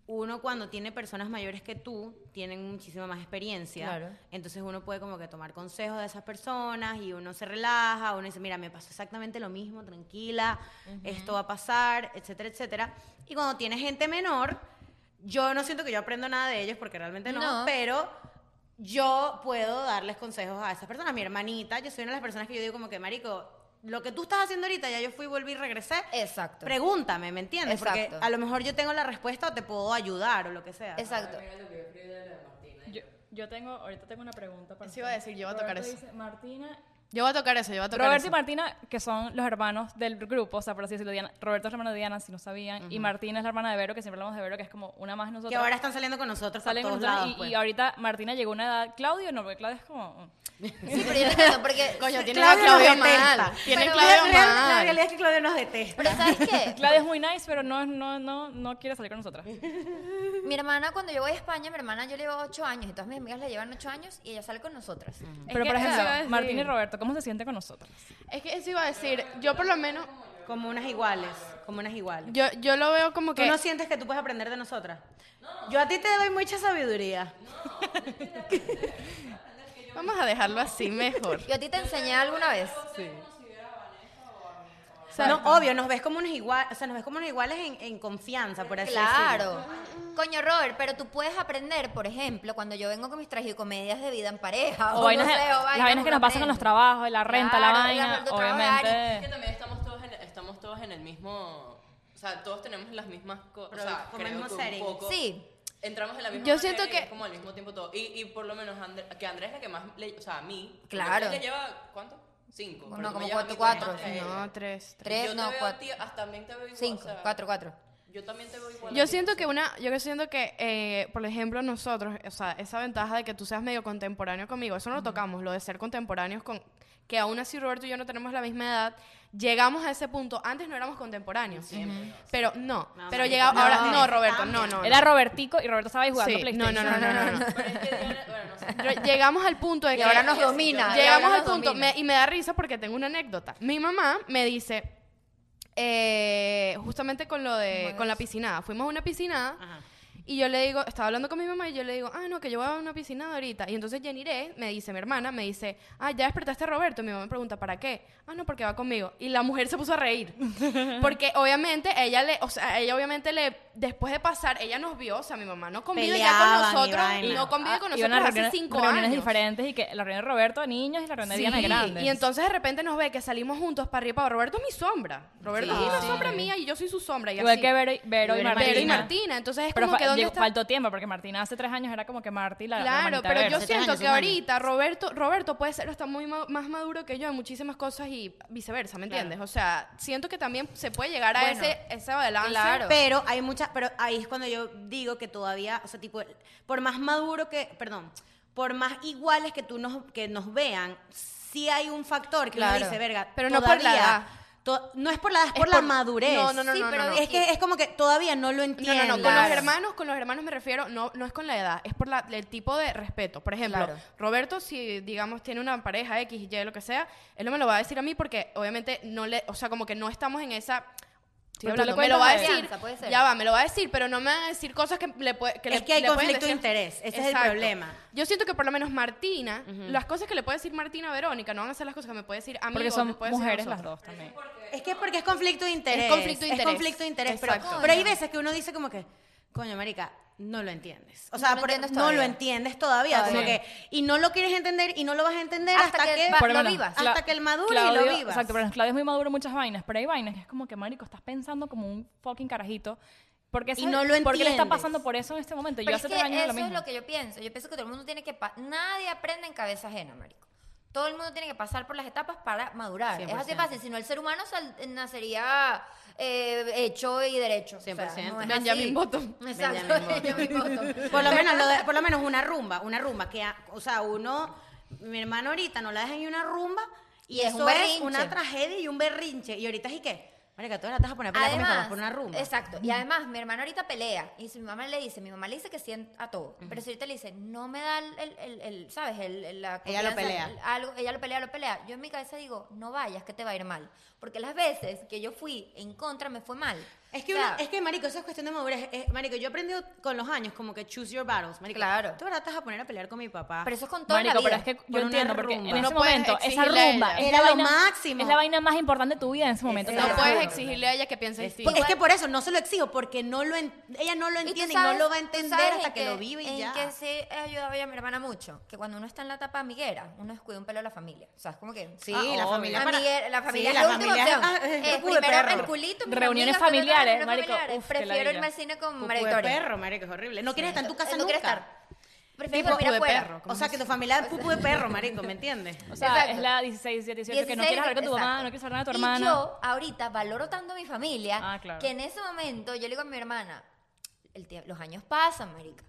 [SPEAKER 1] uno cuando tiene personas mayores que tú, tienen muchísima más experiencia.
[SPEAKER 4] Claro.
[SPEAKER 1] Entonces uno puede como que tomar consejos de esas personas y uno se relaja, uno dice, mira, me pasó exactamente lo mismo, tranquila, esto va a pasar, etcétera, etcétera. Y cuando tiene gente menor, yo no siento que yo aprendo nada de ellos porque realmente no,
[SPEAKER 4] No.
[SPEAKER 1] pero yo puedo darles consejos a esas personas. Mi hermanita, yo soy una de las personas que yo digo como que, marico, lo que tú estás haciendo ahorita, ya yo fui, volví y regresé.
[SPEAKER 4] Exacto.
[SPEAKER 1] Pregúntame, ¿me entiendes? Porque
[SPEAKER 4] Exacto.
[SPEAKER 1] a lo mejor yo tengo la respuesta o te puedo ayudar o lo que sea.
[SPEAKER 4] Exacto.
[SPEAKER 3] Yo, yo tengo, ahorita tengo una pregunta para
[SPEAKER 2] Eso iba a decir, yo iba a tocar
[SPEAKER 3] Roberto
[SPEAKER 2] eso.
[SPEAKER 3] dice, Martina
[SPEAKER 2] Yo voy a tocar eso, yo voy a tocar eso.
[SPEAKER 3] Roberto y Martina, que son los hermanos del grupo, o sea, por así decirlo, Diana- Roberto es el hermano de Diana, si no sabían, y Martina es la hermana de Vero, que siempre hablamos de Vero, que es como una más de nosotros.
[SPEAKER 1] Que ahora están saliendo con nosotros
[SPEAKER 3] salen
[SPEAKER 1] a
[SPEAKER 3] con
[SPEAKER 1] todos
[SPEAKER 3] nosotros,
[SPEAKER 1] lados.
[SPEAKER 3] y,
[SPEAKER 1] pues.
[SPEAKER 3] y ahorita Martina llegó a una edad, Claudio no, porque Claudio es como...
[SPEAKER 4] Sí, pero yo te entiendo, porque.
[SPEAKER 2] Coño, tiene a
[SPEAKER 1] Claudio
[SPEAKER 2] Claudio
[SPEAKER 1] nos detesta.
[SPEAKER 2] mal. Tiene a
[SPEAKER 4] Pero
[SPEAKER 1] la,
[SPEAKER 2] Claudio
[SPEAKER 1] real- la
[SPEAKER 2] mal.
[SPEAKER 1] realidad es que Claudio nos detesta.
[SPEAKER 4] Pero ¿sabes qué?
[SPEAKER 3] Claudio es muy nice, pero no, no, no, no quiere salir con nosotras.
[SPEAKER 4] Mi hermana, cuando yo voy a España, mi hermana yo le llevo 8 años y todas mis amigas le llevan 8 años y ella sale con nosotras.
[SPEAKER 3] Pero,
[SPEAKER 2] que
[SPEAKER 3] por
[SPEAKER 2] eso iba a
[SPEAKER 3] ejemplo,
[SPEAKER 2] decir.
[SPEAKER 3] Martina y Roberto, ¿cómo se sienten con nosotras?
[SPEAKER 2] Es que eso iba a decir, yo por lo menos...
[SPEAKER 1] Como unas iguales, como unas iguales.
[SPEAKER 2] Yo, yo lo veo como
[SPEAKER 1] ¿Tú
[SPEAKER 2] que...
[SPEAKER 1] no sientes que tú puedes aprender de nosotras? Yo a ti te doy mucha sabiduría.
[SPEAKER 2] Vamos a dejarlo así mejor.
[SPEAKER 4] Yo a ti te enseñé alguna vez.
[SPEAKER 2] O sea,
[SPEAKER 1] no, obvio, nos ves como unos iguales, o sea, nos ves como unos iguales en, en confianza, por así decirlo.
[SPEAKER 4] Claro. Coño, Robert, pero tú puedes aprender, por ejemplo, cuando yo vengo con mis tragicomedias de vida en pareja.
[SPEAKER 3] O
[SPEAKER 4] no
[SPEAKER 3] vainas,
[SPEAKER 4] sé, o
[SPEAKER 3] las vainas que
[SPEAKER 4] uno
[SPEAKER 3] nos pasan con los
[SPEAKER 4] aprende.
[SPEAKER 3] trabajos, la renta,
[SPEAKER 4] Claro,
[SPEAKER 3] la
[SPEAKER 4] las
[SPEAKER 3] vaina,
[SPEAKER 4] del trabajo,
[SPEAKER 5] Que
[SPEAKER 3] obviamente.
[SPEAKER 5] también estamos todos en, estamos todos en el mismo, o sea, todos tenemos las mismas cosas, o
[SPEAKER 1] Pero
[SPEAKER 5] sea,
[SPEAKER 1] con
[SPEAKER 5] creo
[SPEAKER 1] mismo
[SPEAKER 5] que
[SPEAKER 1] setting.
[SPEAKER 5] un poco.
[SPEAKER 4] Sí.
[SPEAKER 5] Entramos en la misma
[SPEAKER 2] Yo
[SPEAKER 5] materia
[SPEAKER 2] siento
[SPEAKER 5] y
[SPEAKER 2] que-
[SPEAKER 5] es como al mismo tiempo todo. Y, y por lo menos Andrés, que Andrés es la que más le, o sea, a mí, porque
[SPEAKER 4] Claro.
[SPEAKER 5] a ella le lleva ¿cuánto? Cinco.
[SPEAKER 4] No,
[SPEAKER 5] pero tú
[SPEAKER 4] como
[SPEAKER 5] me llevas a mí
[SPEAKER 4] cuatro,
[SPEAKER 5] tres más que a ella.
[SPEAKER 2] No, tres. tres.
[SPEAKER 4] Tres,
[SPEAKER 5] yo
[SPEAKER 4] no,
[SPEAKER 5] te veo
[SPEAKER 4] cuatro.
[SPEAKER 5] a ti, hasta también te veo igual,
[SPEAKER 4] Cinco,
[SPEAKER 5] o sea,
[SPEAKER 4] cuatro, cuatro.
[SPEAKER 5] Yo también te veo igual. a
[SPEAKER 2] Yo
[SPEAKER 5] ti.
[SPEAKER 2] siento que una, yo siento que, eh, por ejemplo, nosotros, o sea, esa ventaja de que tú seas medio contemporáneo conmigo, eso no lo tocamos, lo de ser contemporáneos con, que aún así Roberto y yo no tenemos la misma edad, llegamos a ese punto, antes no éramos contemporáneos, pero no,
[SPEAKER 1] No,
[SPEAKER 2] pero
[SPEAKER 1] marica,
[SPEAKER 2] llegamos,
[SPEAKER 1] no,
[SPEAKER 2] ahora, no
[SPEAKER 1] eso
[SPEAKER 2] Roberto,
[SPEAKER 1] cambia.
[SPEAKER 2] no, no, no.
[SPEAKER 3] Era Robertico y Roberto estaba ahí jugando
[SPEAKER 2] Sí, no,
[SPEAKER 3] PlayStation.
[SPEAKER 2] no, no, no, no, no.
[SPEAKER 5] Pero es que Diana, bueno, no sé.
[SPEAKER 2] Pero llegamos al punto de
[SPEAKER 4] Y
[SPEAKER 2] que
[SPEAKER 4] ahora nos domina. y
[SPEAKER 2] Llegamos
[SPEAKER 4] ahora
[SPEAKER 2] al
[SPEAKER 4] nos
[SPEAKER 2] punto,
[SPEAKER 4] domina.
[SPEAKER 2] me- y me da risa porque tengo una anécdota. Mi mamá me dice, eh, justamente con lo de, con la piscinada, fuimos a una piscinada
[SPEAKER 1] Ajá.
[SPEAKER 2] y yo le digo, estaba hablando con mi mamá y yo le digo, ah, no, que yo voy a una piscinada ahorita. Y entonces Jeniré me dice, mi hermana, me dice, ah, ya despertaste a Roberto. Y mi mamá me pregunta, ¿para qué? Ah, no, porque va conmigo. Y la mujer se puso a reír. Porque obviamente ella le, o sea, ella obviamente le, después de pasar, ella nos vio, o sea, mi mamá no convive ya
[SPEAKER 1] Peleaban y
[SPEAKER 2] con nosotros,
[SPEAKER 1] vaina.
[SPEAKER 2] no convive con
[SPEAKER 3] Ah, iban a
[SPEAKER 2] nosotros hace
[SPEAKER 3] reuniones-
[SPEAKER 2] cinco
[SPEAKER 3] reuniones
[SPEAKER 2] años.
[SPEAKER 3] diferentes y que la reunión de Roberto de niños y la reunión de Diana de
[SPEAKER 2] Sí,
[SPEAKER 3] grandes.
[SPEAKER 2] Y entonces de repente nos ve que salimos juntos para arriba. y para abajo. Roberto es mi sombra. Roberto
[SPEAKER 5] Sí.
[SPEAKER 2] es una
[SPEAKER 5] Sí.
[SPEAKER 2] sombra mía y yo soy su sombra. Y
[SPEAKER 3] Igual
[SPEAKER 2] así.
[SPEAKER 3] que Vero y, Vero y
[SPEAKER 5] Vero y
[SPEAKER 3] Martina.
[SPEAKER 2] Pero y Martina. Entonces es
[SPEAKER 3] Pero
[SPEAKER 2] como
[SPEAKER 3] fa-
[SPEAKER 2] que dónde
[SPEAKER 3] llegó-
[SPEAKER 2] está.
[SPEAKER 3] faltó tiempo porque Martina hace tres años era como que Marty la la
[SPEAKER 2] Claro,
[SPEAKER 3] hermanita de
[SPEAKER 2] pero yo
[SPEAKER 3] Vero.
[SPEAKER 1] Hace tres
[SPEAKER 2] siento
[SPEAKER 1] años,
[SPEAKER 2] que
[SPEAKER 1] hace un
[SPEAKER 2] ahorita Roberto, Roberto puede ser hasta muy ma- más maduro que yo en muchísimas cosas y viceversa, ¿me entiendes? O sea, siento que también se puede llegar a
[SPEAKER 4] Bueno,
[SPEAKER 2] ese, ese balance.
[SPEAKER 4] claro.
[SPEAKER 1] Pero hay muchas, pero ahí es cuando yo digo que todavía, o sea, tipo, por más maduro que, perdón, por más iguales que tú nos, que nos vean, sí hay un factor que uno
[SPEAKER 4] Claro.
[SPEAKER 1] dice, verga,
[SPEAKER 2] Pero no por la
[SPEAKER 1] todavía,
[SPEAKER 2] edad.
[SPEAKER 1] to- no es por la edad, es,
[SPEAKER 2] Es
[SPEAKER 1] por la
[SPEAKER 2] por-
[SPEAKER 1] madurez.
[SPEAKER 2] No, no, no,
[SPEAKER 4] Sí,
[SPEAKER 2] no, no,
[SPEAKER 4] pero
[SPEAKER 2] no.
[SPEAKER 1] Es que es como que todavía no lo
[SPEAKER 2] No, no,
[SPEAKER 1] entiendo.
[SPEAKER 2] no, con
[SPEAKER 4] Claro.
[SPEAKER 2] los hermanos, con los hermanos me refiero, no, no es con la edad, es por la- el tipo de respeto. Por ejemplo,
[SPEAKER 4] Claro.
[SPEAKER 2] Roberto, si digamos tiene una pareja X, Y, lo que sea, él no me lo va a decir a mí porque obviamente no le, o sea, como que no estamos en esa... Estoy
[SPEAKER 3] Pero tú le
[SPEAKER 2] hablando, me lo va a
[SPEAKER 3] cuentas a
[SPEAKER 2] decir,
[SPEAKER 4] él. Puede ser.
[SPEAKER 2] ya va, me lo va a decir, pero no me va a decir cosas que le puede, que
[SPEAKER 1] Es
[SPEAKER 2] le-
[SPEAKER 1] que hay
[SPEAKER 2] le pueden
[SPEAKER 1] conflicto de
[SPEAKER 2] decir-
[SPEAKER 1] interés, ese es el problema.
[SPEAKER 2] Yo siento que por lo menos Martina, las cosas que le puede decir Martina a Verónica no van a ser las cosas que me puede decir a mí
[SPEAKER 3] Porque
[SPEAKER 2] o me
[SPEAKER 3] son
[SPEAKER 2] puede decir a
[SPEAKER 3] mujeres las
[SPEAKER 2] nosotros.
[SPEAKER 3] dos también.
[SPEAKER 1] Es que es porque es conflicto de interés.
[SPEAKER 2] Es conflicto de interés.
[SPEAKER 1] Es conflicto de interés. Pero,
[SPEAKER 2] Exacto.
[SPEAKER 1] pero hay veces que uno dice como que, coño, marica, no lo entiendes. O sea,
[SPEAKER 4] No lo
[SPEAKER 1] por- no,
[SPEAKER 4] entiendes
[SPEAKER 1] lo
[SPEAKER 4] todavía.
[SPEAKER 1] entiendes todavía. Como
[SPEAKER 3] Todavía.
[SPEAKER 1] que, y no lo quieres entender y no lo vas a entender hasta,
[SPEAKER 4] Hasta
[SPEAKER 1] que,
[SPEAKER 4] que va-
[SPEAKER 3] Por lo
[SPEAKER 4] lo
[SPEAKER 3] menos,
[SPEAKER 4] vivas.
[SPEAKER 3] Cla-
[SPEAKER 1] hasta que el madure y lo
[SPEAKER 3] Claudio-
[SPEAKER 1] vivas.
[SPEAKER 3] Exacto, pero Claudio es muy maduro en muchas vainas, pero hay vainas que es como que, marico, estás pensando como un fucking carajito. Porque
[SPEAKER 1] Y no lo
[SPEAKER 3] Porque le está
[SPEAKER 1] entiendes.
[SPEAKER 3] pasando por eso en este momento.
[SPEAKER 4] Pero
[SPEAKER 3] yo
[SPEAKER 4] es
[SPEAKER 3] hace
[SPEAKER 4] que
[SPEAKER 3] tres años era lo
[SPEAKER 4] eso
[SPEAKER 3] mismo.
[SPEAKER 4] es lo que yo pienso. Yo pienso que todo el mundo tiene que... pa- Nadie aprende en cabeza ajena, marico. Todo el mundo tiene que pasar por las etapas para madurar. Es así
[SPEAKER 1] 100%.
[SPEAKER 4] fácil. Si no, el ser humano sal- eh, nacería eh, hecho y derecho. O sea,
[SPEAKER 1] 100%.
[SPEAKER 4] no es
[SPEAKER 2] Benjamin
[SPEAKER 4] así.
[SPEAKER 2] Button.
[SPEAKER 4] Exacto. Benjamin Button.
[SPEAKER 1] Por lo menos, lo de- por lo menos una rumba, una rumba que, a- o sea, uno, mi hermano ahorita no la dejan ni una rumba y,
[SPEAKER 4] Y es
[SPEAKER 1] eso
[SPEAKER 4] un
[SPEAKER 1] es,
[SPEAKER 4] berrinche.
[SPEAKER 1] una tragedia y un berrinche. Y ahorita sí que, marica, tú ahora te vas a poner a pelear con mis papás por una rumba.
[SPEAKER 4] Exacto. Y además, mi hermano ahorita pelea. Y si mi mamá le dice, mi mamá le dice que sí en- a todo. Pero si ahorita le dice, no me da el, el- el- el- ¿sabes? El, el- la
[SPEAKER 1] Ella lo
[SPEAKER 4] confianza,
[SPEAKER 1] pelea.
[SPEAKER 4] el- algo, ella lo pelea, lo pelea. Yo en mi cabeza digo, no vayas, que te va a ir mal. Porque las veces que yo fui en contra, me fue mal.
[SPEAKER 1] Es que,
[SPEAKER 4] O sea,
[SPEAKER 1] uno- es que, marico, eso es cuestión de madurez. Eh, marico, yo he aprendido con los años como que choose your battles, marico.
[SPEAKER 4] Claro.
[SPEAKER 1] Tú ahora te vas a poner a pelear con mi papá.
[SPEAKER 4] Pero eso es con toda
[SPEAKER 3] Marico,
[SPEAKER 4] la vida.
[SPEAKER 3] pero es que
[SPEAKER 1] Con
[SPEAKER 3] yo
[SPEAKER 1] una
[SPEAKER 3] entiendo, porque
[SPEAKER 1] rumba.
[SPEAKER 3] en ese
[SPEAKER 2] No puedes
[SPEAKER 3] momento, esa
[SPEAKER 2] exigirle a
[SPEAKER 3] rumba
[SPEAKER 2] ella.
[SPEAKER 3] es
[SPEAKER 1] Era
[SPEAKER 3] la
[SPEAKER 1] lo
[SPEAKER 3] vaina-
[SPEAKER 1] máximo.
[SPEAKER 3] Es la vaina más importante de tu vida en ese momento.
[SPEAKER 2] No
[SPEAKER 1] Exacto.
[SPEAKER 2] puedes exigirle a ella que piense en ti.
[SPEAKER 1] Pues es que por eso no se lo exijo, porque no lo en- ella no lo
[SPEAKER 4] tú
[SPEAKER 1] entiende y,
[SPEAKER 4] sabes-
[SPEAKER 1] no lo va a
[SPEAKER 4] tú
[SPEAKER 1] entender
[SPEAKER 4] sabes
[SPEAKER 1] hasta
[SPEAKER 4] en
[SPEAKER 1] que, lo vive y
[SPEAKER 4] en
[SPEAKER 1] ya.
[SPEAKER 4] que sí he ayudado yo a mi hermana mucho. Que cuando uno está en la etapa amiguera, uno descuida un pelo a la familia. O sea, es como que...
[SPEAKER 1] Sí,
[SPEAKER 4] ah,
[SPEAKER 1] la
[SPEAKER 3] obvio.
[SPEAKER 1] familia. para-
[SPEAKER 4] Amiguer- la
[SPEAKER 1] Sí,
[SPEAKER 4] familia
[SPEAKER 1] la
[SPEAKER 4] es la última
[SPEAKER 1] familia-
[SPEAKER 4] opción.
[SPEAKER 1] ah,
[SPEAKER 4] Eh,
[SPEAKER 1] es cucu de
[SPEAKER 4] primero
[SPEAKER 1] perro.
[SPEAKER 4] el culito, mis
[SPEAKER 3] Reuniones
[SPEAKER 4] amigas,
[SPEAKER 3] familiares,
[SPEAKER 4] reuniones
[SPEAKER 3] marico,
[SPEAKER 4] familiares.
[SPEAKER 3] uf, qué
[SPEAKER 4] Prefiero irme
[SPEAKER 3] ladilla.
[SPEAKER 4] al cine con
[SPEAKER 1] Cucú
[SPEAKER 4] María
[SPEAKER 1] de
[SPEAKER 4] Victoria. Eh,
[SPEAKER 1] perro, marico, es horrible. No quieres estar en tu casa
[SPEAKER 4] no
[SPEAKER 1] nunca.
[SPEAKER 4] quiere estar. Pues, Prefiero
[SPEAKER 1] Tipo,
[SPEAKER 4] dormir
[SPEAKER 1] cucú de
[SPEAKER 4] afuera.
[SPEAKER 1] perro. O sea, que tu familia es cucú de perro, marico, ¿me entiendes?
[SPEAKER 3] O sea,
[SPEAKER 4] Exacto.
[SPEAKER 3] es la 16, 17, que no
[SPEAKER 4] 16,
[SPEAKER 3] quieres hablar con tu mamá,
[SPEAKER 4] exacto.
[SPEAKER 3] no quieres hablar nada de tu
[SPEAKER 4] Y
[SPEAKER 3] hermana.
[SPEAKER 4] yo ahorita valoro tanto a mi familia
[SPEAKER 3] Ah, claro.
[SPEAKER 4] que en ese momento yo le digo a mi hermana, "El tie- los años pasan, marica.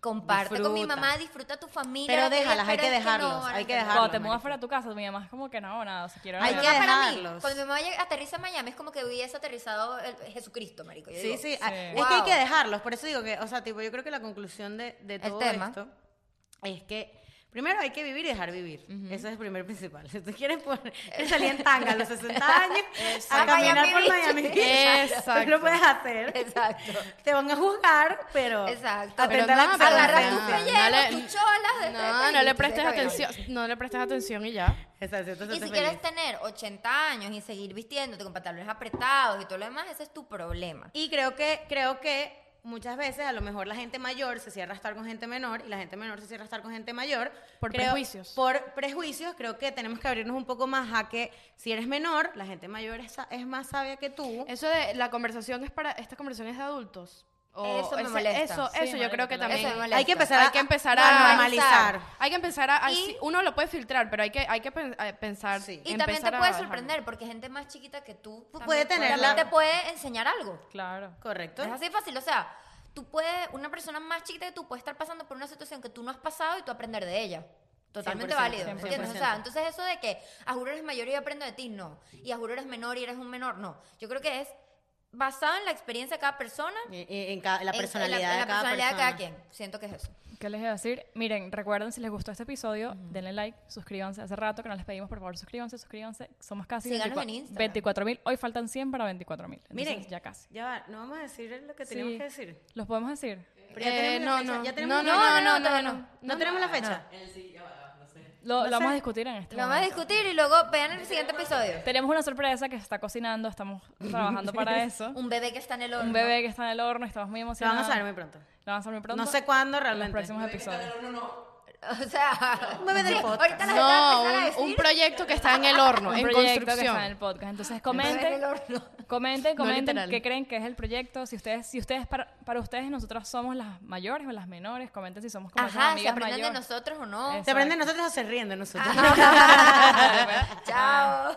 [SPEAKER 4] Comparte con mi
[SPEAKER 1] Disfruta.
[SPEAKER 4] mamá, disfruta tu familia.
[SPEAKER 1] Pero
[SPEAKER 4] ella,
[SPEAKER 1] déjalas, hay
[SPEAKER 4] pero
[SPEAKER 1] que
[SPEAKER 4] es no
[SPEAKER 1] dejarlos, hay
[SPEAKER 4] van a
[SPEAKER 1] que
[SPEAKER 4] entender".
[SPEAKER 1] dejarlos.
[SPEAKER 3] Cuando te
[SPEAKER 1] Marico.
[SPEAKER 3] mudas fuera de tu casa, mi mamá es como que no, nada, o sea, quiero
[SPEAKER 1] Hay
[SPEAKER 4] Mi
[SPEAKER 3] hablar.
[SPEAKER 1] que
[SPEAKER 4] mamá para mí,
[SPEAKER 1] dejarlos.
[SPEAKER 4] cuando mi mamá llega- aterriza en Miami, es como que hubiese aterrizado el- Jesucristo, marico. Yo
[SPEAKER 1] Sí,
[SPEAKER 4] digo,
[SPEAKER 1] sí. ah, Es
[SPEAKER 4] Wow.
[SPEAKER 1] que hay que dejarlos. Por eso digo que, o sea, tipo, yo creo que la conclusión de, de
[SPEAKER 4] El
[SPEAKER 1] todo
[SPEAKER 4] tema.
[SPEAKER 1] esto es que Primero hay que vivir y dejar vivir. Eso es el primer principal. Si tú quieres poner, quieres salir en tanga a los 60 años a
[SPEAKER 4] A
[SPEAKER 1] caminar
[SPEAKER 4] Miami
[SPEAKER 1] por
[SPEAKER 4] Beach.
[SPEAKER 1] Miami Beach,
[SPEAKER 2] Exacto.
[SPEAKER 1] tú lo puedes hacer.
[SPEAKER 4] Exacto.
[SPEAKER 1] Te van a juzgar, pero
[SPEAKER 4] Exacto.
[SPEAKER 1] atenta
[SPEAKER 2] Pero
[SPEAKER 1] a la
[SPEAKER 2] no, pero
[SPEAKER 4] Agarra
[SPEAKER 1] consecuencia.
[SPEAKER 2] no,
[SPEAKER 4] tus
[SPEAKER 2] no
[SPEAKER 4] pellejas,
[SPEAKER 2] le-
[SPEAKER 4] tus cholas. de- de-
[SPEAKER 2] No,
[SPEAKER 4] de-
[SPEAKER 2] no le
[SPEAKER 4] de-
[SPEAKER 2] prestes
[SPEAKER 4] de- de-
[SPEAKER 2] atención, no le prestes atención y ya.
[SPEAKER 1] Exacto, entonces
[SPEAKER 4] Y si
[SPEAKER 1] estás
[SPEAKER 4] quieres
[SPEAKER 1] feliz.
[SPEAKER 4] tener 80 años y seguir vistiéndote con pantalones apretados y todo lo demás, ese es tu problema.
[SPEAKER 1] Y creo que, creo que muchas veces a lo mejor la gente mayor se cierra a estar con gente menor y la gente menor se cierra a estar con gente mayor.
[SPEAKER 2] Por
[SPEAKER 1] Creo-
[SPEAKER 2] prejuicios.
[SPEAKER 1] Por prejuicios, creo que tenemos que abrirnos un poco más a que si eres menor, la gente mayor es, sa- es más sabia que tú.
[SPEAKER 2] Eso de la conversación es para esta conversación es de adultos. O
[SPEAKER 4] Eso me
[SPEAKER 2] ese-
[SPEAKER 4] molesta.
[SPEAKER 2] Eso,
[SPEAKER 3] Sí,
[SPEAKER 2] eso yo
[SPEAKER 3] marica,
[SPEAKER 2] creo que
[SPEAKER 3] la-
[SPEAKER 2] también.
[SPEAKER 4] Eso me molesta.
[SPEAKER 1] hay que empezar,
[SPEAKER 2] Hay
[SPEAKER 1] a,
[SPEAKER 2] que empezar
[SPEAKER 1] a
[SPEAKER 2] a-
[SPEAKER 1] normalizar.
[SPEAKER 2] Hay que empezar a, a-
[SPEAKER 4] Y-
[SPEAKER 2] sí, uno lo puede filtrar, pero hay que hay que pen- a pensar.
[SPEAKER 1] Sí.
[SPEAKER 4] Y también te
[SPEAKER 2] empezar a
[SPEAKER 4] puede
[SPEAKER 2] bajar.
[SPEAKER 4] sorprender porque gente más chiquita que tú
[SPEAKER 1] Pu-
[SPEAKER 4] también
[SPEAKER 1] puede tener la-
[SPEAKER 4] también te puede enseñar algo.
[SPEAKER 3] Claro.
[SPEAKER 1] Correcto.
[SPEAKER 4] Es así de fácil, o sea, tú puedes, una persona más chiquita que tú puede estar pasando por una situación que tú no has pasado y tú aprender de ella. Totalmente
[SPEAKER 1] 100%,
[SPEAKER 4] válido,
[SPEAKER 1] 100%.
[SPEAKER 4] ¿entiendes? O sea, entonces eso de que a juro eres mayor y yo aprendo de ti, no. Y a juro eres menor y eres un menor, no. Yo creo que es basado en la experiencia de cada persona,
[SPEAKER 1] Y- y- en, cada- la
[SPEAKER 4] en- en
[SPEAKER 1] personalidad,
[SPEAKER 4] en la
[SPEAKER 1] de, cada
[SPEAKER 4] personalidad de
[SPEAKER 1] persona.
[SPEAKER 4] cada quien. Siento que es eso.
[SPEAKER 3] ¿Qué les iba a decir? Miren, recuerden, si les gustó este episodio, denle like, suscríbanse. Hace rato que no les pedimos, por favor, suscríbanse, suscríbanse. Somos casi
[SPEAKER 4] Síganos en
[SPEAKER 3] 24
[SPEAKER 4] Instagram.
[SPEAKER 3] 24.000. Hoy faltan 100 para 24.000. Entonces,
[SPEAKER 1] Miren,
[SPEAKER 3] ya casi.
[SPEAKER 1] Ya va, no vamos a decir lo que
[SPEAKER 3] Sí.
[SPEAKER 1] tenemos que decir.
[SPEAKER 3] ¿Los podemos decir?
[SPEAKER 1] Pero ya
[SPEAKER 2] Eh,
[SPEAKER 1] tenemos la
[SPEAKER 2] no,
[SPEAKER 1] fecha,
[SPEAKER 2] no.
[SPEAKER 1] ya tenemos
[SPEAKER 2] No,
[SPEAKER 1] la
[SPEAKER 2] no,
[SPEAKER 1] fecha.
[SPEAKER 2] no, no, no, no.
[SPEAKER 1] No tenemos la fecha.
[SPEAKER 3] Lo, lo vamos
[SPEAKER 1] sé.
[SPEAKER 3] a discutir en este
[SPEAKER 4] Lo vamos a
[SPEAKER 3] momento.
[SPEAKER 4] discutir y luego vean el siguiente episodio.
[SPEAKER 3] Tenemos una sorpresa que se está cocinando, estamos trabajando para eso.
[SPEAKER 4] Un bebé que está en el horno.
[SPEAKER 3] Un bebé que está en el horno, estamos muy
[SPEAKER 1] Lo van
[SPEAKER 3] emocionados.
[SPEAKER 1] a saber muy pronto.
[SPEAKER 3] Lo vamos a saber muy pronto.
[SPEAKER 1] No sé cuándo
[SPEAKER 3] En los
[SPEAKER 1] realmente.
[SPEAKER 3] próximos episodios.
[SPEAKER 4] O sea,
[SPEAKER 1] Un bebé del
[SPEAKER 4] sí,
[SPEAKER 1] podcast.
[SPEAKER 4] Ahorita la gente va a
[SPEAKER 2] No,
[SPEAKER 4] empezar a
[SPEAKER 2] un, un
[SPEAKER 4] decir,
[SPEAKER 2] proyecto que está en el horno,
[SPEAKER 3] Un
[SPEAKER 2] en
[SPEAKER 3] proyecto que
[SPEAKER 2] construcción.
[SPEAKER 3] está en el podcast. Entonces
[SPEAKER 4] "Bebé en
[SPEAKER 3] comenten,
[SPEAKER 4] el horno".
[SPEAKER 3] comenten,
[SPEAKER 2] No
[SPEAKER 3] comenten
[SPEAKER 2] literal.
[SPEAKER 3] qué creen que es el proyecto. Si ustedes, si ustedes para, para ustedes nosotras somos las mayores o las menores, comenten si somos como esas
[SPEAKER 4] Ajá, si
[SPEAKER 3] amigas
[SPEAKER 4] aprendan de
[SPEAKER 3] mayores.
[SPEAKER 4] nosotros o no.
[SPEAKER 3] Eso. pues.
[SPEAKER 1] Se aprenden nosotros o se ríen de nosotros.
[SPEAKER 4] Chao.